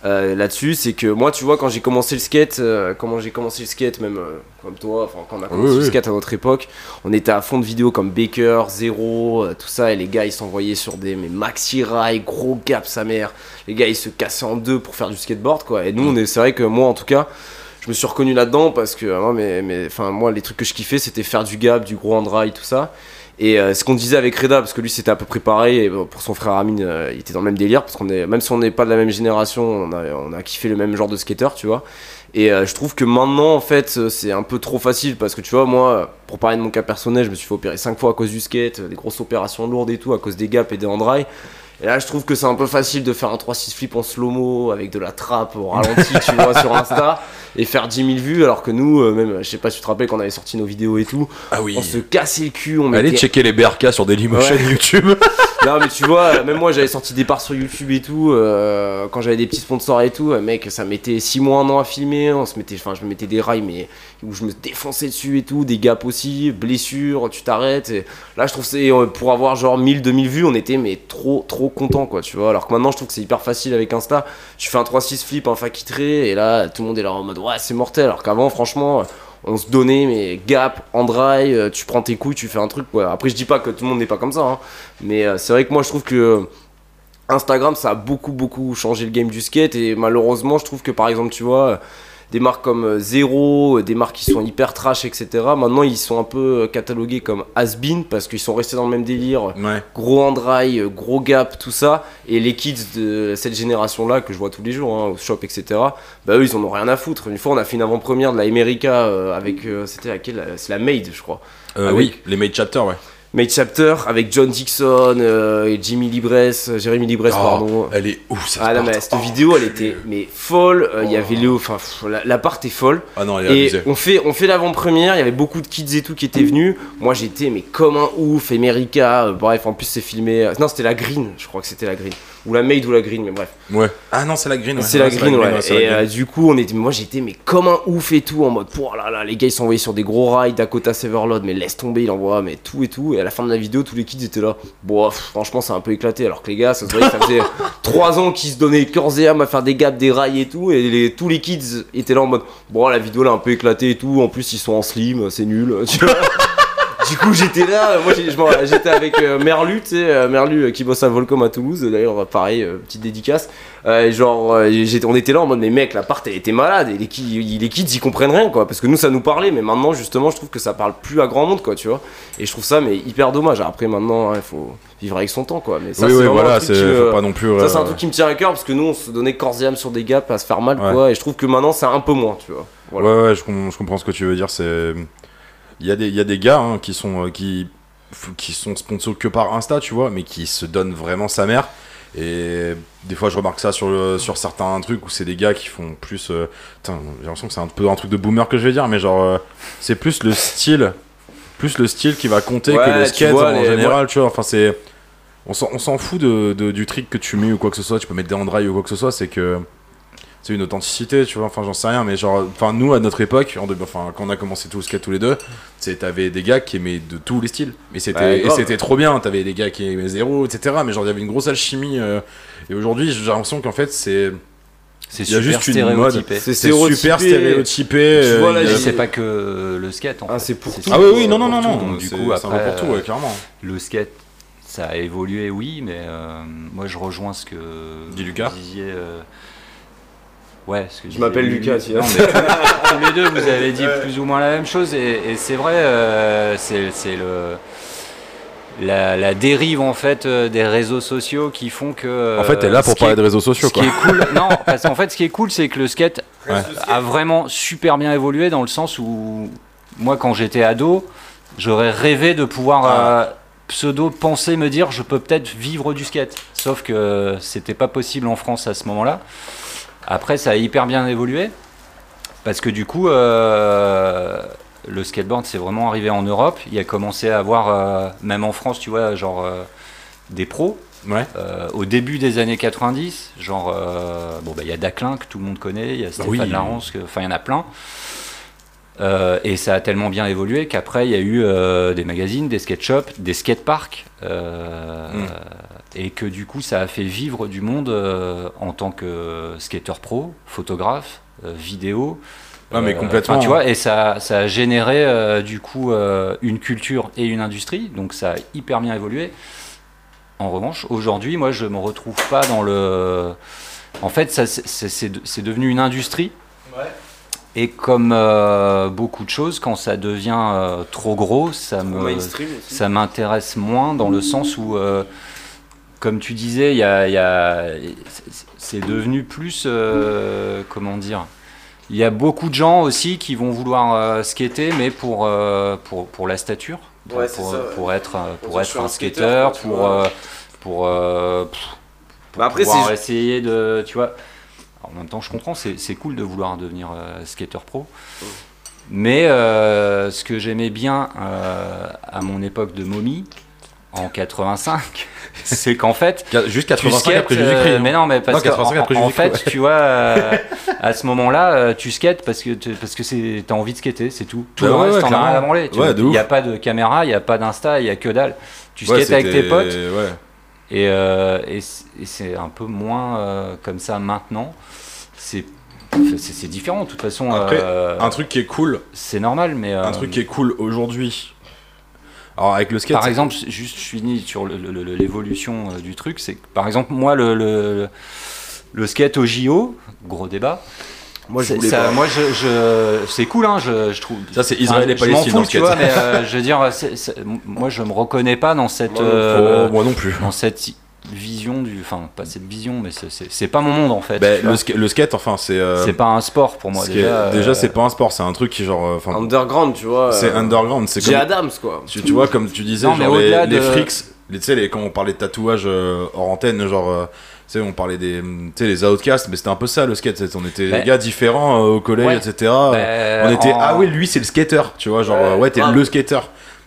[SPEAKER 1] Euh, là-dessus, c'est que moi, tu vois, quand j'ai commencé le skate, euh, comment j'ai commencé le skate, même euh, comme toi, enfin quand on a commencé
[SPEAKER 2] Oui,
[SPEAKER 1] le
[SPEAKER 2] oui.
[SPEAKER 1] skate à notre époque, on était à fond de vidéos comme Baker, Zero, euh, tout ça, et les gars ils s'envoyaient sur des mais maxi rails, gros gap sa mère. Les gars ils se cassaient en deux pour faire du skateboard quoi. Et nous, on est, c'est vrai que moi en tout cas, je me suis reconnu là-dedans parce que euh, moi, mais, mais, enfin, moi, les trucs que je kiffais, c'était faire du gap, du gros hand-ride, tout ça. Et euh, ce qu'on disait avec Reda, parce que lui c'était à peu près pareil, et, bon, pour son frère Amine, euh, il était dans le même délire, parce qu'on est, même si on n'est pas de la même génération, on a, on a kiffé le même genre de skater, tu vois. Et euh, je trouve que maintenant, en fait, euh, c'est un peu trop facile, parce que tu vois, moi, pour parler de mon cas personnel, je me suis fait opérer 5 fois à cause du skate, euh, des grosses opérations lourdes et tout, à cause des gaps et des hand-ride. Et là, je trouve que c'est un peu facile de faire un 3-6 flip en slow-mo avec de la trappe au ralenti, tu vois, sur Insta et faire 10 000 vues. Alors que nous, euh, même, je sais pas si tu te rappelles quand on avait sorti nos vidéos et tout,
[SPEAKER 2] Ah oui.
[SPEAKER 1] on se cassait le cul, on
[SPEAKER 2] Allez
[SPEAKER 1] mettait
[SPEAKER 2] checker les BRK sur Dailymotion YouTube.
[SPEAKER 1] non mais tu vois, euh, même moi j'avais sorti des parts sur YouTube et tout, euh, quand j'avais des petits sponsors et tout, euh, mec ça mettait 6 mois, un an à filmer, on se mettait, enfin je me mettais des rails mais où je me défonçais dessus et tout, des gaps aussi, blessures, tu t'arrêtes. et Là je trouve que c'est euh, pour avoir genre 1000, 2000 vues, on était mais trop trop content quoi, tu vois. Alors que maintenant je trouve que c'est hyper facile avec Insta, tu fais un 3-6 flip, un faquitré et là tout le monde est là en mode ouais c'est mortel, alors qu'avant franchement... euh, On se donnait, mais gap, en dry, euh, tu prends tes coups, tu fais un truc. Quoi. Après, je dis pas que tout le monde n'est pas comme ça. hein. Mais euh, c'est vrai que moi je trouve que euh, Instagram ça a beaucoup beaucoup changé le game du skate et malheureusement je trouve que par exemple tu vois euh, des marques comme euh, Zero, euh, des marques qui sont hyper trash etc. Maintenant ils sont un peu euh, catalogués comme has-been parce qu'ils sont restés dans le même délire.
[SPEAKER 2] ouais.
[SPEAKER 1] Gros hand-dry, euh, gros gap, tout ça. Et les kids de cette génération-là, que je vois tous les jours, hein, au shop, etc., bah eux, ils en ont rien à foutre. Une fois, on a fait une avant-première de la America euh, avec. euh, C'était laquelle euh, C'est la Maid, je crois.
[SPEAKER 2] Euh,
[SPEAKER 1] Avec-
[SPEAKER 2] oui, les Made Chapter ouais.
[SPEAKER 1] My Chapter avec John Dixon euh, et Jimmy Libres, Jérémy Libres,
[SPEAKER 2] Oh,
[SPEAKER 1] pardon.
[SPEAKER 2] Elle est ouf, cette
[SPEAKER 1] Ah non,
[SPEAKER 2] part.
[SPEAKER 1] mais cette
[SPEAKER 2] Oh,
[SPEAKER 1] vidéo, elle
[SPEAKER 2] enculé.
[SPEAKER 1] était mais folle. euh, Il y avait Léo, enfin, pff, la- l'appart est folle.
[SPEAKER 2] Ah non, elle est
[SPEAKER 1] Et
[SPEAKER 2] abusée.
[SPEAKER 1] on fait, on fait l'avant-première, il y avait beaucoup de kids et tout qui étaient venus. Moi j'étais mais comme un ouf, America, euh, bref, en plus c'est filmé. euh, non, c'était la Green, je crois que c'était la Green. Ou la Maid ou la Green, mais bref.
[SPEAKER 2] Ouais. Ah non, c'est la green. ouais.
[SPEAKER 1] c'est la
[SPEAKER 2] Ouais,
[SPEAKER 1] Green, ouais.
[SPEAKER 2] c'est la
[SPEAKER 1] et
[SPEAKER 2] green.
[SPEAKER 1] euh, du coup, on était, moi j'étais mais comme un ouf et tout, en mode, oh là là, les gars ils sont envoyés sur des gros rails, Dakota Severlord, mais laisse tomber, il envoie, mais tout et tout. Et à la fin de la vidéo, tous les kids étaient là. Bon, pff, franchement, c'est un peu éclaté, alors que les gars, ça se voyait que ça faisait 3 ans qu'ils se donnaient corps et âme à faire des gaps, des rails et tout. Et les- tous les kids étaient là en mode, bon, la vidéo là un peu éclatée et tout, en plus ils sont en slim, c'est nul, tu vois. Du coup, j'étais là, euh, moi j'ai- je m'en- j'étais avec euh, Merlu, tu sais, euh, Merlu euh, qui bosse à Volcom à Toulouse, d'ailleurs, pareil, euh, petite dédicace. Euh, et genre, euh, j'étais- on était là en mode, mais mec, l'appart elle était malade, et les, ki- les kids ils comprennent rien, quoi, parce que nous ça nous parlait, mais maintenant justement, je trouve que ça parle plus à grand monde, quoi, tu vois. Et je trouve ça, mais hyper dommage. Après, maintenant, hein, il faut vivre avec son temps, quoi. Mais ça,
[SPEAKER 2] Oui,
[SPEAKER 1] c'est
[SPEAKER 2] oui,
[SPEAKER 1] vraiment un
[SPEAKER 2] voilà,
[SPEAKER 1] truc
[SPEAKER 2] c'est
[SPEAKER 1] qui me-
[SPEAKER 2] faut pas non plus.
[SPEAKER 1] ça,
[SPEAKER 2] euh,
[SPEAKER 1] c'est un truc qui me tient à cœur, parce que nous on se donnait corps et âme sur des gaps à se faire mal,
[SPEAKER 2] Ouais.
[SPEAKER 1] quoi, et je trouve que maintenant c'est un peu moins, tu vois. Voilà.
[SPEAKER 2] Ouais, ouais, je, com- je comprends ce que tu veux dire. C'est il y a des il y a des gars hein, qui sont euh, qui f- qui sont sponsors que par Insta, tu vois, mais qui se donnent vraiment sa mère. Et des fois, je remarque ça sur le- sur certains trucs où c'est des gars qui font plus. euh, putain, j'ai l'impression que c'est un peu un truc de boomer que je vais dire, mais genre euh, c'est plus le style, plus le style qui va compter
[SPEAKER 1] Ouais,
[SPEAKER 2] que le
[SPEAKER 1] tu
[SPEAKER 2] skate
[SPEAKER 1] vois,
[SPEAKER 2] en
[SPEAKER 1] les-
[SPEAKER 2] général, tu vois. Enfin, c'est on s'en on s'en fout de, de- du trick que tu mets ou quoi que ce soit. Tu peux mettre des handrails ou quoi que ce soit. C'est que c'est une authenticité, tu vois. Enfin, j'en sais rien, mais genre, enfin, nous à notre époque, en deux- enfin, quand on a commencé tout le skate tous les deux, c'est t'avais des gars qui aimaient de tous les styles, mais c'était
[SPEAKER 1] Ouais,
[SPEAKER 2] et
[SPEAKER 1] grave.
[SPEAKER 2] c'était trop bien. T'avais des gars qui aimaient zéro, etc. Mais genre, il y avait une grosse alchimie. euh, et aujourd'hui, j'ai l'impression qu'en fait, c'est
[SPEAKER 3] C'est
[SPEAKER 2] Il y a
[SPEAKER 3] super
[SPEAKER 2] juste une
[SPEAKER 3] stéréotypé.
[SPEAKER 2] c'est super stéréotypé.
[SPEAKER 1] Tu
[SPEAKER 2] euh,
[SPEAKER 1] vois, là,
[SPEAKER 2] il y a-
[SPEAKER 3] Mais c'est pas que euh, le skate. en
[SPEAKER 1] Ah,
[SPEAKER 3] fait.
[SPEAKER 1] c'est pour
[SPEAKER 3] C'est
[SPEAKER 1] tout.
[SPEAKER 2] ah oui, oui, non, non,
[SPEAKER 1] pour
[SPEAKER 2] non,
[SPEAKER 1] tout,
[SPEAKER 2] non.
[SPEAKER 3] donc, du
[SPEAKER 2] c'est-
[SPEAKER 3] coup,
[SPEAKER 2] c'est un
[SPEAKER 3] après,
[SPEAKER 2] peu pour tout, ouais,
[SPEAKER 3] euh,
[SPEAKER 2] clairement.
[SPEAKER 3] le skate, ça a évolué, oui, mais euh, moi je rejoins ce que
[SPEAKER 2] Dis Lucas.
[SPEAKER 3] vous disiez. euh, Ouais, ce que disait
[SPEAKER 1] m'appelle
[SPEAKER 3] Lulu.
[SPEAKER 1] Lucas, tu vois.
[SPEAKER 3] Non, mais tous, tous les deux, vous avez dit plus ou moins la même chose, et, et c'est vrai, euh, c'est c'est le. La, la dérive en fait euh, des réseaux sociaux qui font que.
[SPEAKER 2] En fait, t'es là pour parler de réseaux sociaux,
[SPEAKER 3] Euh, Ce qui
[SPEAKER 2] quoi.
[SPEAKER 3] est cool, non, parce qu'en fait, ce qui est cool, c'est que le skate a vraiment super bien évolué dans le sens où moi, quand j'étais ado, j'aurais rêvé de pouvoir
[SPEAKER 2] Ah.
[SPEAKER 3] euh, pseudo penser me dire je peux peut-être vivre du skate. Sauf que c'était pas possible en France à ce moment-là. Après, ça a hyper bien évolué parce que du coup. euh, le skateboard, c'est vraiment arrivé en Europe. Il a commencé à avoir, euh, même en France, tu vois, genre euh, des pros.
[SPEAKER 2] Ouais.
[SPEAKER 3] Euh, au début des années 90, genre, euh, bon, bah, il y a Daclin que tout le monde connaît, il y a Stéphane
[SPEAKER 2] Ah oui.
[SPEAKER 3] Larance, que- enfin, il y en a plein. Euh, et ça a tellement bien évolué qu'après, il y a eu euh, des magazines, des skate shops, des skateparks. euh,
[SPEAKER 2] Mm.
[SPEAKER 3] Et que du coup, ça a fait vivre du monde euh, en tant que skater pro, photographe, euh, vidéo.
[SPEAKER 2] Ah, mais
[SPEAKER 3] Euh,
[SPEAKER 2] complètement.
[SPEAKER 3] enfin, tu vois, et ça, ça a généré euh, du coup euh, une culture et une industrie, donc ça a hyper bien évolué. En revanche, aujourd'hui, moi, je me retrouve pas dans le. En fait, ça, c'est- c'est c'est de- c'est devenu une industrie. Et comme euh, beaucoup de choses, quand ça devient euh, trop gros, ça me ça m'intéresse moins dans le sens où, euh, comme tu disais, il y a- il y a- c'est- c'est devenu plus, euh, comment dire, il y a beaucoup de gens aussi qui vont vouloir euh, skater, mais pour, euh, pour, pour la stature, pour,
[SPEAKER 1] Ouais, c'est
[SPEAKER 3] pour,
[SPEAKER 1] ça, ouais.
[SPEAKER 3] pour être, euh,
[SPEAKER 1] Pour
[SPEAKER 3] pour
[SPEAKER 1] dire, je
[SPEAKER 3] être
[SPEAKER 1] suis
[SPEAKER 3] un
[SPEAKER 1] un skater,
[SPEAKER 3] skateur,
[SPEAKER 1] quoi, tu
[SPEAKER 3] pour,
[SPEAKER 1] vois.
[SPEAKER 3] euh, pour, euh, pff,
[SPEAKER 1] Bah après,
[SPEAKER 3] pouvoir
[SPEAKER 1] c'est-
[SPEAKER 3] essayer de, tu vois. En même temps, je comprends, c'est c'est cool de vouloir devenir euh, skater pro. Mais euh, ce que j'aimais bien euh, à mon époque de momie, en 85, c'est qu'en fait,
[SPEAKER 2] Qu- Juste
[SPEAKER 3] tu
[SPEAKER 2] 85
[SPEAKER 3] skates.
[SPEAKER 2] après
[SPEAKER 3] euh,
[SPEAKER 2] Jésus-Christ. hein.
[SPEAKER 3] mais non, mais parce
[SPEAKER 2] Non, 85
[SPEAKER 3] que
[SPEAKER 2] après
[SPEAKER 3] en- en, en
[SPEAKER 2] Jésus-Christ,
[SPEAKER 3] fait, tu vois, euh, à ce moment-là, euh, tu skates parce que tu- parce que c'est t'as envie de skater, c'est tout. Tout
[SPEAKER 2] Bah
[SPEAKER 3] le
[SPEAKER 2] ouais,
[SPEAKER 3] reste,
[SPEAKER 2] ouais,
[SPEAKER 3] t'en as
[SPEAKER 2] clairement.
[SPEAKER 3] rien à branler.
[SPEAKER 2] Ouais, de
[SPEAKER 3] il n'y a
[SPEAKER 2] ouf.
[SPEAKER 3] pas de caméra, il n'y a pas d'insta, il y a que dalle. Tu
[SPEAKER 2] Ouais,
[SPEAKER 3] skates avec tes
[SPEAKER 2] c'était-
[SPEAKER 3] potes.
[SPEAKER 2] ouais.
[SPEAKER 3] Et, euh, et c- et c'est un peu moins euh, comme ça maintenant. C'est c'est- c'est différent, de toute façon.
[SPEAKER 2] Après,
[SPEAKER 3] euh,
[SPEAKER 2] Un truc qui est cool,
[SPEAKER 3] c'est normal, mais.
[SPEAKER 2] un
[SPEAKER 3] euh,
[SPEAKER 2] truc qui est cool aujourd'hui. Alors avec le skate,
[SPEAKER 3] Par
[SPEAKER 2] c'est-
[SPEAKER 3] exemple, je- juste je finis sur le- le- le- l'évolution euh, du truc. C'est que, par exemple, moi, le, le, le skate au JO, gros débat.
[SPEAKER 1] Moi, je
[SPEAKER 3] c'est-
[SPEAKER 1] voulais
[SPEAKER 3] ça-
[SPEAKER 1] pas.
[SPEAKER 3] moi, je- je- c'est cool, hein, je, je trouve.
[SPEAKER 2] ça c'est Israël et
[SPEAKER 3] Enfin, je m'en
[SPEAKER 2] Palestine dans
[SPEAKER 3] fous,
[SPEAKER 2] le
[SPEAKER 3] tu
[SPEAKER 2] skate.
[SPEAKER 3] vois, mais euh, je veux dire, c'est- c'est- moi, je me reconnais pas dans cette.
[SPEAKER 1] Moi non plus.
[SPEAKER 2] Oh,
[SPEAKER 3] euh,
[SPEAKER 2] moi non plus.
[SPEAKER 3] dans cette vision vision du. Enfin, pas cette vision, mais c'est- c'est c'est pas mon monde en fait.
[SPEAKER 2] Ben,
[SPEAKER 3] tu vois.
[SPEAKER 2] le, ska- le skate, enfin, c'est. euh,
[SPEAKER 3] c'est pas un sport pour moi
[SPEAKER 2] ce qui est-
[SPEAKER 3] déjà. euh,
[SPEAKER 2] c'est pas un sport, c'est un truc qui, genre. euh, enfin,
[SPEAKER 1] Underground, tu vois.
[SPEAKER 2] c'est
[SPEAKER 1] euh,
[SPEAKER 2] underground. C'est
[SPEAKER 1] J.
[SPEAKER 2] comme.
[SPEAKER 1] Adams, quoi.
[SPEAKER 2] Tu, tu vois, comme tu disais,
[SPEAKER 3] Non, mais
[SPEAKER 2] genre les,
[SPEAKER 3] au-delà
[SPEAKER 2] les
[SPEAKER 3] de-
[SPEAKER 2] frics, les- tu sais, les- quand on parlait de tatouage euh, hors antenne, genre, euh, tu sais, on parlait des tu sais, les outcasts, mais c'était un peu ça le skate, c'est- on était des
[SPEAKER 3] Ouais.
[SPEAKER 2] gars différents euh, au collège,
[SPEAKER 3] Bah, Ouais.
[SPEAKER 2] etc.
[SPEAKER 3] ben,
[SPEAKER 2] on était,
[SPEAKER 3] en-
[SPEAKER 2] ah ouais, lui c'est le skater, tu vois, genre,
[SPEAKER 1] Ouais,
[SPEAKER 2] euh, ouais, t'es
[SPEAKER 1] grave.
[SPEAKER 2] le skater.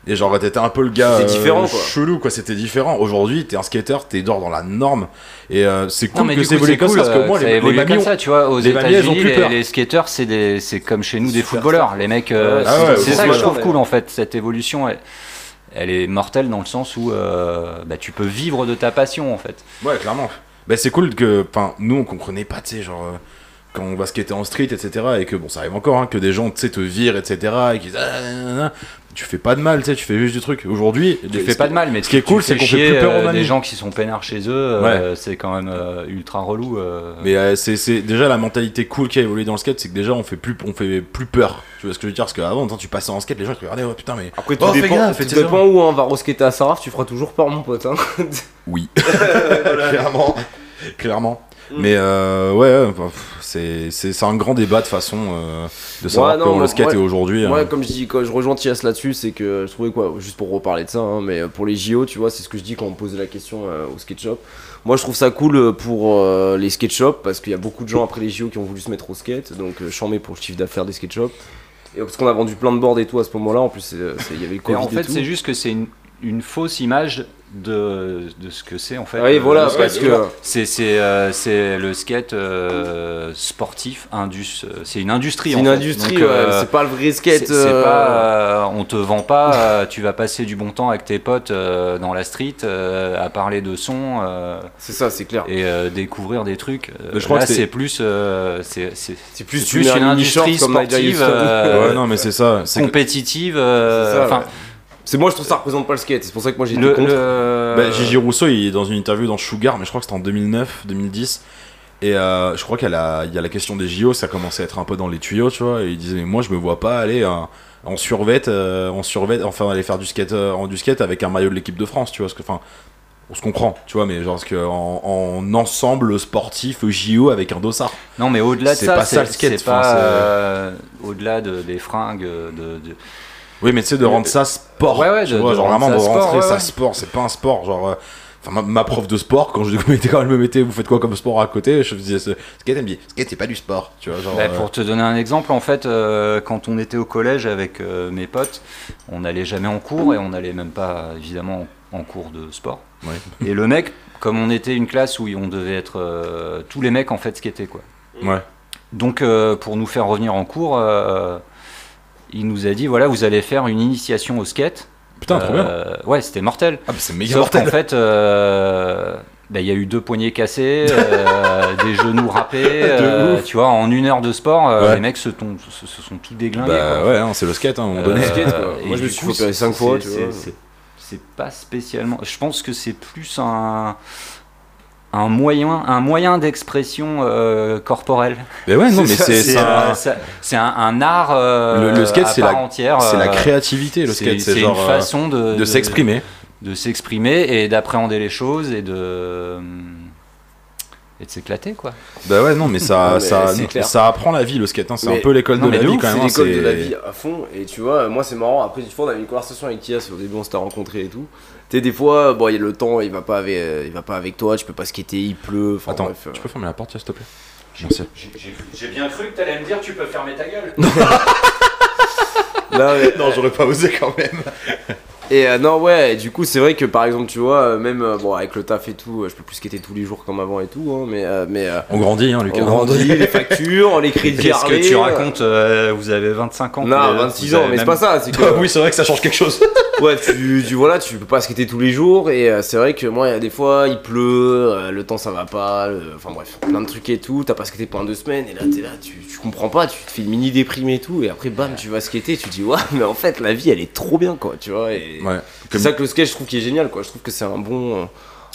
[SPEAKER 2] Et genre, t'étais un peu le gars euh,
[SPEAKER 1] C'était différent, quoi.
[SPEAKER 2] chelou, quoi, c'était différent. Aujourd'hui, t'es un skater, t'es dehors dans la norme. Et euh, c'est
[SPEAKER 3] Non,
[SPEAKER 2] cool
[SPEAKER 3] mais
[SPEAKER 2] que
[SPEAKER 3] du
[SPEAKER 2] c'est
[SPEAKER 3] coup,
[SPEAKER 2] évolué
[SPEAKER 3] c'est
[SPEAKER 2] comme
[SPEAKER 3] cool,
[SPEAKER 2] ça, parce que
[SPEAKER 3] euh,
[SPEAKER 2] moi,
[SPEAKER 3] ça
[SPEAKER 2] les, les
[SPEAKER 3] évolue
[SPEAKER 2] mamies
[SPEAKER 3] comme
[SPEAKER 2] ont-
[SPEAKER 3] ça, tu vois. Aux
[SPEAKER 2] les mamies, elles ont
[SPEAKER 3] États-Unis,
[SPEAKER 2] plus peur.
[SPEAKER 3] les, les skateurs, c'est des- c'est comme chez nous des
[SPEAKER 1] Superstars.
[SPEAKER 3] footballeurs. Les mecs, euh,
[SPEAKER 1] Ouais,
[SPEAKER 3] c'est
[SPEAKER 2] ah ouais,
[SPEAKER 3] c'est
[SPEAKER 2] ouais,
[SPEAKER 3] ça que je trouve
[SPEAKER 1] ouais.
[SPEAKER 3] cool en fait. Cette évolution, elle, elle est mortelle dans le sens où euh, bah, tu peux vivre de ta passion en fait.
[SPEAKER 2] Ouais, clairement. Bah, c'est cool que, enfin, nous on comprenait pas, tu sais, genre, euh, quand on va skater en street, etc., et que, bon, ça arrive encore, hein, que des gens, tu sais, te virent, etc., et qu'ils disent, ah, nanana. tu fais pas de mal, tu sais, tu fais juste du truc. Aujourd'hui,
[SPEAKER 3] Tu
[SPEAKER 2] les
[SPEAKER 3] fais pas de mal, mais
[SPEAKER 2] ce qui est
[SPEAKER 3] tu- tu
[SPEAKER 2] cool, c'est
[SPEAKER 3] fais
[SPEAKER 2] qu'on fait
[SPEAKER 3] chier,
[SPEAKER 2] plus peur aux
[SPEAKER 3] euh,
[SPEAKER 2] mamies.
[SPEAKER 3] Les gens qui sont peinards chez eux, euh, c'est quand même euh, ultra relou. euh.
[SPEAKER 2] Mais euh, c'est, c'est déjà la mentalité cool qui a évolué dans le skate, c'est que déjà on fait plus, on fait plus peur. Tu vois ce que je veux dire Parce qu'avant, attends, tu passais en skate, les gens ils te regardaient, oh putain, mais.
[SPEAKER 1] Après, tout
[SPEAKER 2] Oh, fais
[SPEAKER 1] dépend,
[SPEAKER 2] gaffe,
[SPEAKER 1] tout
[SPEAKER 2] etc.
[SPEAKER 1] dépend où on va rosqueter à Saraf, tu feras toujours peur, mon pote. Hein.
[SPEAKER 2] Oui. clairement. Clairement.
[SPEAKER 1] Mm.
[SPEAKER 2] Mais euh, ouais, ouais, bah, pff, c'est, c'est, c'est un grand débat de façon euh, de savoir
[SPEAKER 1] Ouais, non,
[SPEAKER 2] comment
[SPEAKER 1] moi-
[SPEAKER 2] le skate
[SPEAKER 1] moi-
[SPEAKER 2] est aujourd'hui.
[SPEAKER 1] Moi,
[SPEAKER 2] hein.
[SPEAKER 1] comme je dis, quand je rejoins Tias là-dessus, c'est que je trouvais quoi, juste pour reparler de ça, hein, mais pour les JO, tu vois, c'est ce que je dis quand on me pose la question euh, au skate shop. Moi, je trouve ça cool euh, pour euh, les skate shops parce qu'il y a beaucoup de gens après les JO qui ont voulu se mettre au skate, donc euh, chambé pour le chiffre d'affaires des skate shops. Et parce qu'on a vendu plein de boards et tout à ce moment-là, en plus, c'est- euh, c'est- il y avait le
[SPEAKER 3] Et
[SPEAKER 1] Covid
[SPEAKER 3] en
[SPEAKER 1] et
[SPEAKER 3] fait,
[SPEAKER 1] tout.
[SPEAKER 3] c'est juste que c'est une, une fausse image de, de ce que c'est en fait.
[SPEAKER 1] Oui,
[SPEAKER 3] euh,
[SPEAKER 1] voilà,
[SPEAKER 3] le skate,
[SPEAKER 1] parce
[SPEAKER 3] tu
[SPEAKER 1] que.
[SPEAKER 3] vois. C'est c'est, euh, c'est le skate euh, sportif, indus, euh, c'est une industrie.
[SPEAKER 1] C'est
[SPEAKER 3] en
[SPEAKER 1] une
[SPEAKER 3] fait.
[SPEAKER 1] industrie,
[SPEAKER 3] Donc, euh,
[SPEAKER 1] ouais, c'est pas le vrai
[SPEAKER 3] c'est-
[SPEAKER 1] skate.
[SPEAKER 3] c'est
[SPEAKER 1] euh,
[SPEAKER 3] pas, euh, on te vend pas, euh, tu vas passer du bon temps avec tes potes euh, dans la street euh, à parler de son euh,
[SPEAKER 1] C'est ça, c'est clair.
[SPEAKER 3] et euh, découvrir des trucs. Euh,
[SPEAKER 2] Mais je crois
[SPEAKER 3] Là,
[SPEAKER 2] que c'est-
[SPEAKER 3] c'est plus, euh, c'est c'est-
[SPEAKER 1] C'est plus,
[SPEAKER 3] c'est
[SPEAKER 1] tu mets un
[SPEAKER 3] une
[SPEAKER 1] mini-short
[SPEAKER 3] industrie
[SPEAKER 1] comme Michael
[SPEAKER 3] sportive
[SPEAKER 1] Jackson.
[SPEAKER 3] euh,
[SPEAKER 2] ouais, non, mais c'est ça. C'est que-
[SPEAKER 3] compétitive. euh,
[SPEAKER 1] C'est ça,
[SPEAKER 3] enfin,
[SPEAKER 1] ouais. C'est moi, je trouve ça représente pas le skate, c'est pour ça que moi j'ai été
[SPEAKER 3] le,
[SPEAKER 1] contre.
[SPEAKER 3] le-
[SPEAKER 2] Bah, Gigi Rousseau, il est dans une interview dans Sugar, mais je crois que c'était en 2009, 2010. Et euh, je crois qu'il y a la- il y a la question des JO, ça commençait à être un peu dans les tuyaux, tu vois. Et il disait, mais moi, je me vois pas aller euh, en survette, euh, en survette, enfin, aller faire du skate, euh, en du skate avec un maillot de l'équipe de France, tu vois. Parce que, enfin, on se comprend, tu vois, mais genre, parce que en, en ensemble sportif JO avec un dossard.
[SPEAKER 3] Non, mais au-delà de
[SPEAKER 2] C'est
[SPEAKER 3] ça,
[SPEAKER 2] pas
[SPEAKER 3] c'est
[SPEAKER 2] ça, le skate,
[SPEAKER 3] c'est pas,
[SPEAKER 2] enfin, c'est-
[SPEAKER 3] euh, au-delà de, des fringues, de, de-
[SPEAKER 2] Oui, mais tu sais, de rendre ça sport.
[SPEAKER 3] Ouais, ouais,
[SPEAKER 2] tu
[SPEAKER 3] de-
[SPEAKER 2] vois,
[SPEAKER 3] de
[SPEAKER 2] genre
[SPEAKER 3] rendre
[SPEAKER 2] vraiment de
[SPEAKER 3] ça sport,
[SPEAKER 2] rentrer
[SPEAKER 3] ouais,
[SPEAKER 2] ça
[SPEAKER 3] ouais.
[SPEAKER 2] sport, c'est pas un sport. Genre, euh, enfin, ma, ma prof de sport, quand je mettais, quand elle me mettait, vous faites quoi comme sport à côté Je disais, ce- skate, elle me dit, skate, c'est pas du sport. Tu vois, genre.
[SPEAKER 3] Bah,
[SPEAKER 2] euh,
[SPEAKER 3] pour te donner un exemple, en fait, euh, quand on était au collège avec euh, mes potes, on n'allait jamais en cours et on n'allait même pas évidemment en en cours de sport.
[SPEAKER 2] Ouais.
[SPEAKER 3] Et le mec, comme on était une classe où on devait être euh, tous les mecs en fait skataient quoi.
[SPEAKER 2] Ouais.
[SPEAKER 3] Donc euh, pour nous faire revenir en cours, euh, il nous a dit voilà vous allez faire une initiation au skate.
[SPEAKER 2] Putain, trop bien.
[SPEAKER 3] Euh, ouais c'était mortel.
[SPEAKER 2] Ah, bah, c'est méga
[SPEAKER 3] Sauf qu'en
[SPEAKER 2] mortel.
[SPEAKER 3] fait, euh, bah, il y a eu deux poignets cassés, euh, des genoux râpés, euh, tu vois, en une heure de sport, euh,
[SPEAKER 2] Ouais.
[SPEAKER 3] les mecs se, ton- se- se sont tous déglingués.
[SPEAKER 2] Bah
[SPEAKER 3] quoi.
[SPEAKER 2] ouais, hein, c'est le skate, hein, à un moment donné.
[SPEAKER 1] Euh, skate, quoi.
[SPEAKER 3] et
[SPEAKER 1] Moi, je
[SPEAKER 3] du
[SPEAKER 1] me suis
[SPEAKER 3] coup,
[SPEAKER 1] fait opérer
[SPEAKER 3] c'est-
[SPEAKER 1] cinq fois,
[SPEAKER 3] c'est-
[SPEAKER 1] tu vois.
[SPEAKER 3] c'est- C'est pas spécialement. Je pense que c'est plus un un moyen, un moyen d'expression euh, corporelle.
[SPEAKER 2] Mais ouais, non, mais
[SPEAKER 1] ça,
[SPEAKER 2] c'est
[SPEAKER 3] C'est
[SPEAKER 2] c'est un-
[SPEAKER 3] un, ça- c'est un- un art. euh,
[SPEAKER 2] Le- le skate,
[SPEAKER 3] à
[SPEAKER 2] c'est
[SPEAKER 3] part
[SPEAKER 2] la-
[SPEAKER 3] entière.
[SPEAKER 2] c'est la
[SPEAKER 3] euh,
[SPEAKER 2] créativité, le skate. C'est
[SPEAKER 3] C'est
[SPEAKER 2] genre
[SPEAKER 3] une
[SPEAKER 2] euh,
[SPEAKER 3] façon de
[SPEAKER 2] de s'exprimer.
[SPEAKER 3] de s'exprimer et d'appréhender les choses et de euh, et de s'éclater quoi.
[SPEAKER 2] Bah ouais, non, mais ça
[SPEAKER 1] Non, mais
[SPEAKER 2] ça
[SPEAKER 1] c'est
[SPEAKER 2] non,
[SPEAKER 1] clair.
[SPEAKER 2] ça apprend la vie, le skate. hein, C'est
[SPEAKER 1] Mais-
[SPEAKER 2] un peu l'école
[SPEAKER 3] non,
[SPEAKER 2] de
[SPEAKER 3] mais
[SPEAKER 2] la
[SPEAKER 3] de
[SPEAKER 2] vie
[SPEAKER 3] ouf,
[SPEAKER 2] quand
[SPEAKER 1] C'est
[SPEAKER 2] même. hein,
[SPEAKER 1] l'école de la
[SPEAKER 2] c'est-
[SPEAKER 1] vie à fond. Et tu vois, moi c'est marrant. Après, du fois, on avait une conversation avec Tias. Au début, on s'était rencontrés et tout. Tu sais, des fois, bon, il y a le temps, il va pas avec, euh, il va pas avec toi. Tu peux pas skater, il pleut. Enfin,
[SPEAKER 2] Attends,
[SPEAKER 1] bref, euh,
[SPEAKER 2] tu peux fermer la porte, s'il te plaît Merci.
[SPEAKER 3] J'ai bien cru que t'allais me dire tu peux fermer ta gueule.
[SPEAKER 1] euh. là, ouais.
[SPEAKER 2] Non, j'aurais pas osé quand même.
[SPEAKER 1] Et euh, non, ouais, et du coup, c'est vrai que par exemple, tu vois, euh, même euh, bon, avec le taf et tout, euh, je peux plus skater tous les jours comme avant et tout. hein, mais euh, mais euh,
[SPEAKER 2] On grandit, hein, Lucas.
[SPEAKER 1] on grandit, les factures, les crédits.
[SPEAKER 3] Qu'est-ce que
[SPEAKER 1] harlés,
[SPEAKER 3] tu
[SPEAKER 1] euh,
[SPEAKER 3] racontes euh, Vous avez 25 ans.
[SPEAKER 1] Non,
[SPEAKER 3] vous-
[SPEAKER 1] 26
[SPEAKER 3] vous
[SPEAKER 1] ans,
[SPEAKER 3] avez
[SPEAKER 1] mais c'est
[SPEAKER 3] même-
[SPEAKER 1] pas ça. C'est que
[SPEAKER 2] Ah oui, c'est vrai que ça change quelque chose.
[SPEAKER 1] Ouais, tu, tu- voilà, tu peux pas skater tous les jours et euh, c'est vrai que moi, il y a des fois, il pleut, euh, le temps ça va pas, le- enfin bref, plein de trucs et tout. T'as pas skaté pendant deux semaines et là, t'es là, tu, tu comprends pas, tu te fais une mini déprime et tout. Et après, bam, tu vas skater, tu te dis, ouais, mais en fait, la vie elle est trop bien quoi, tu vois. Et
[SPEAKER 2] Ouais.
[SPEAKER 1] c'est ça que le skate, je trouve qui est génial quoi. Je trouve que c'est un bon, euh,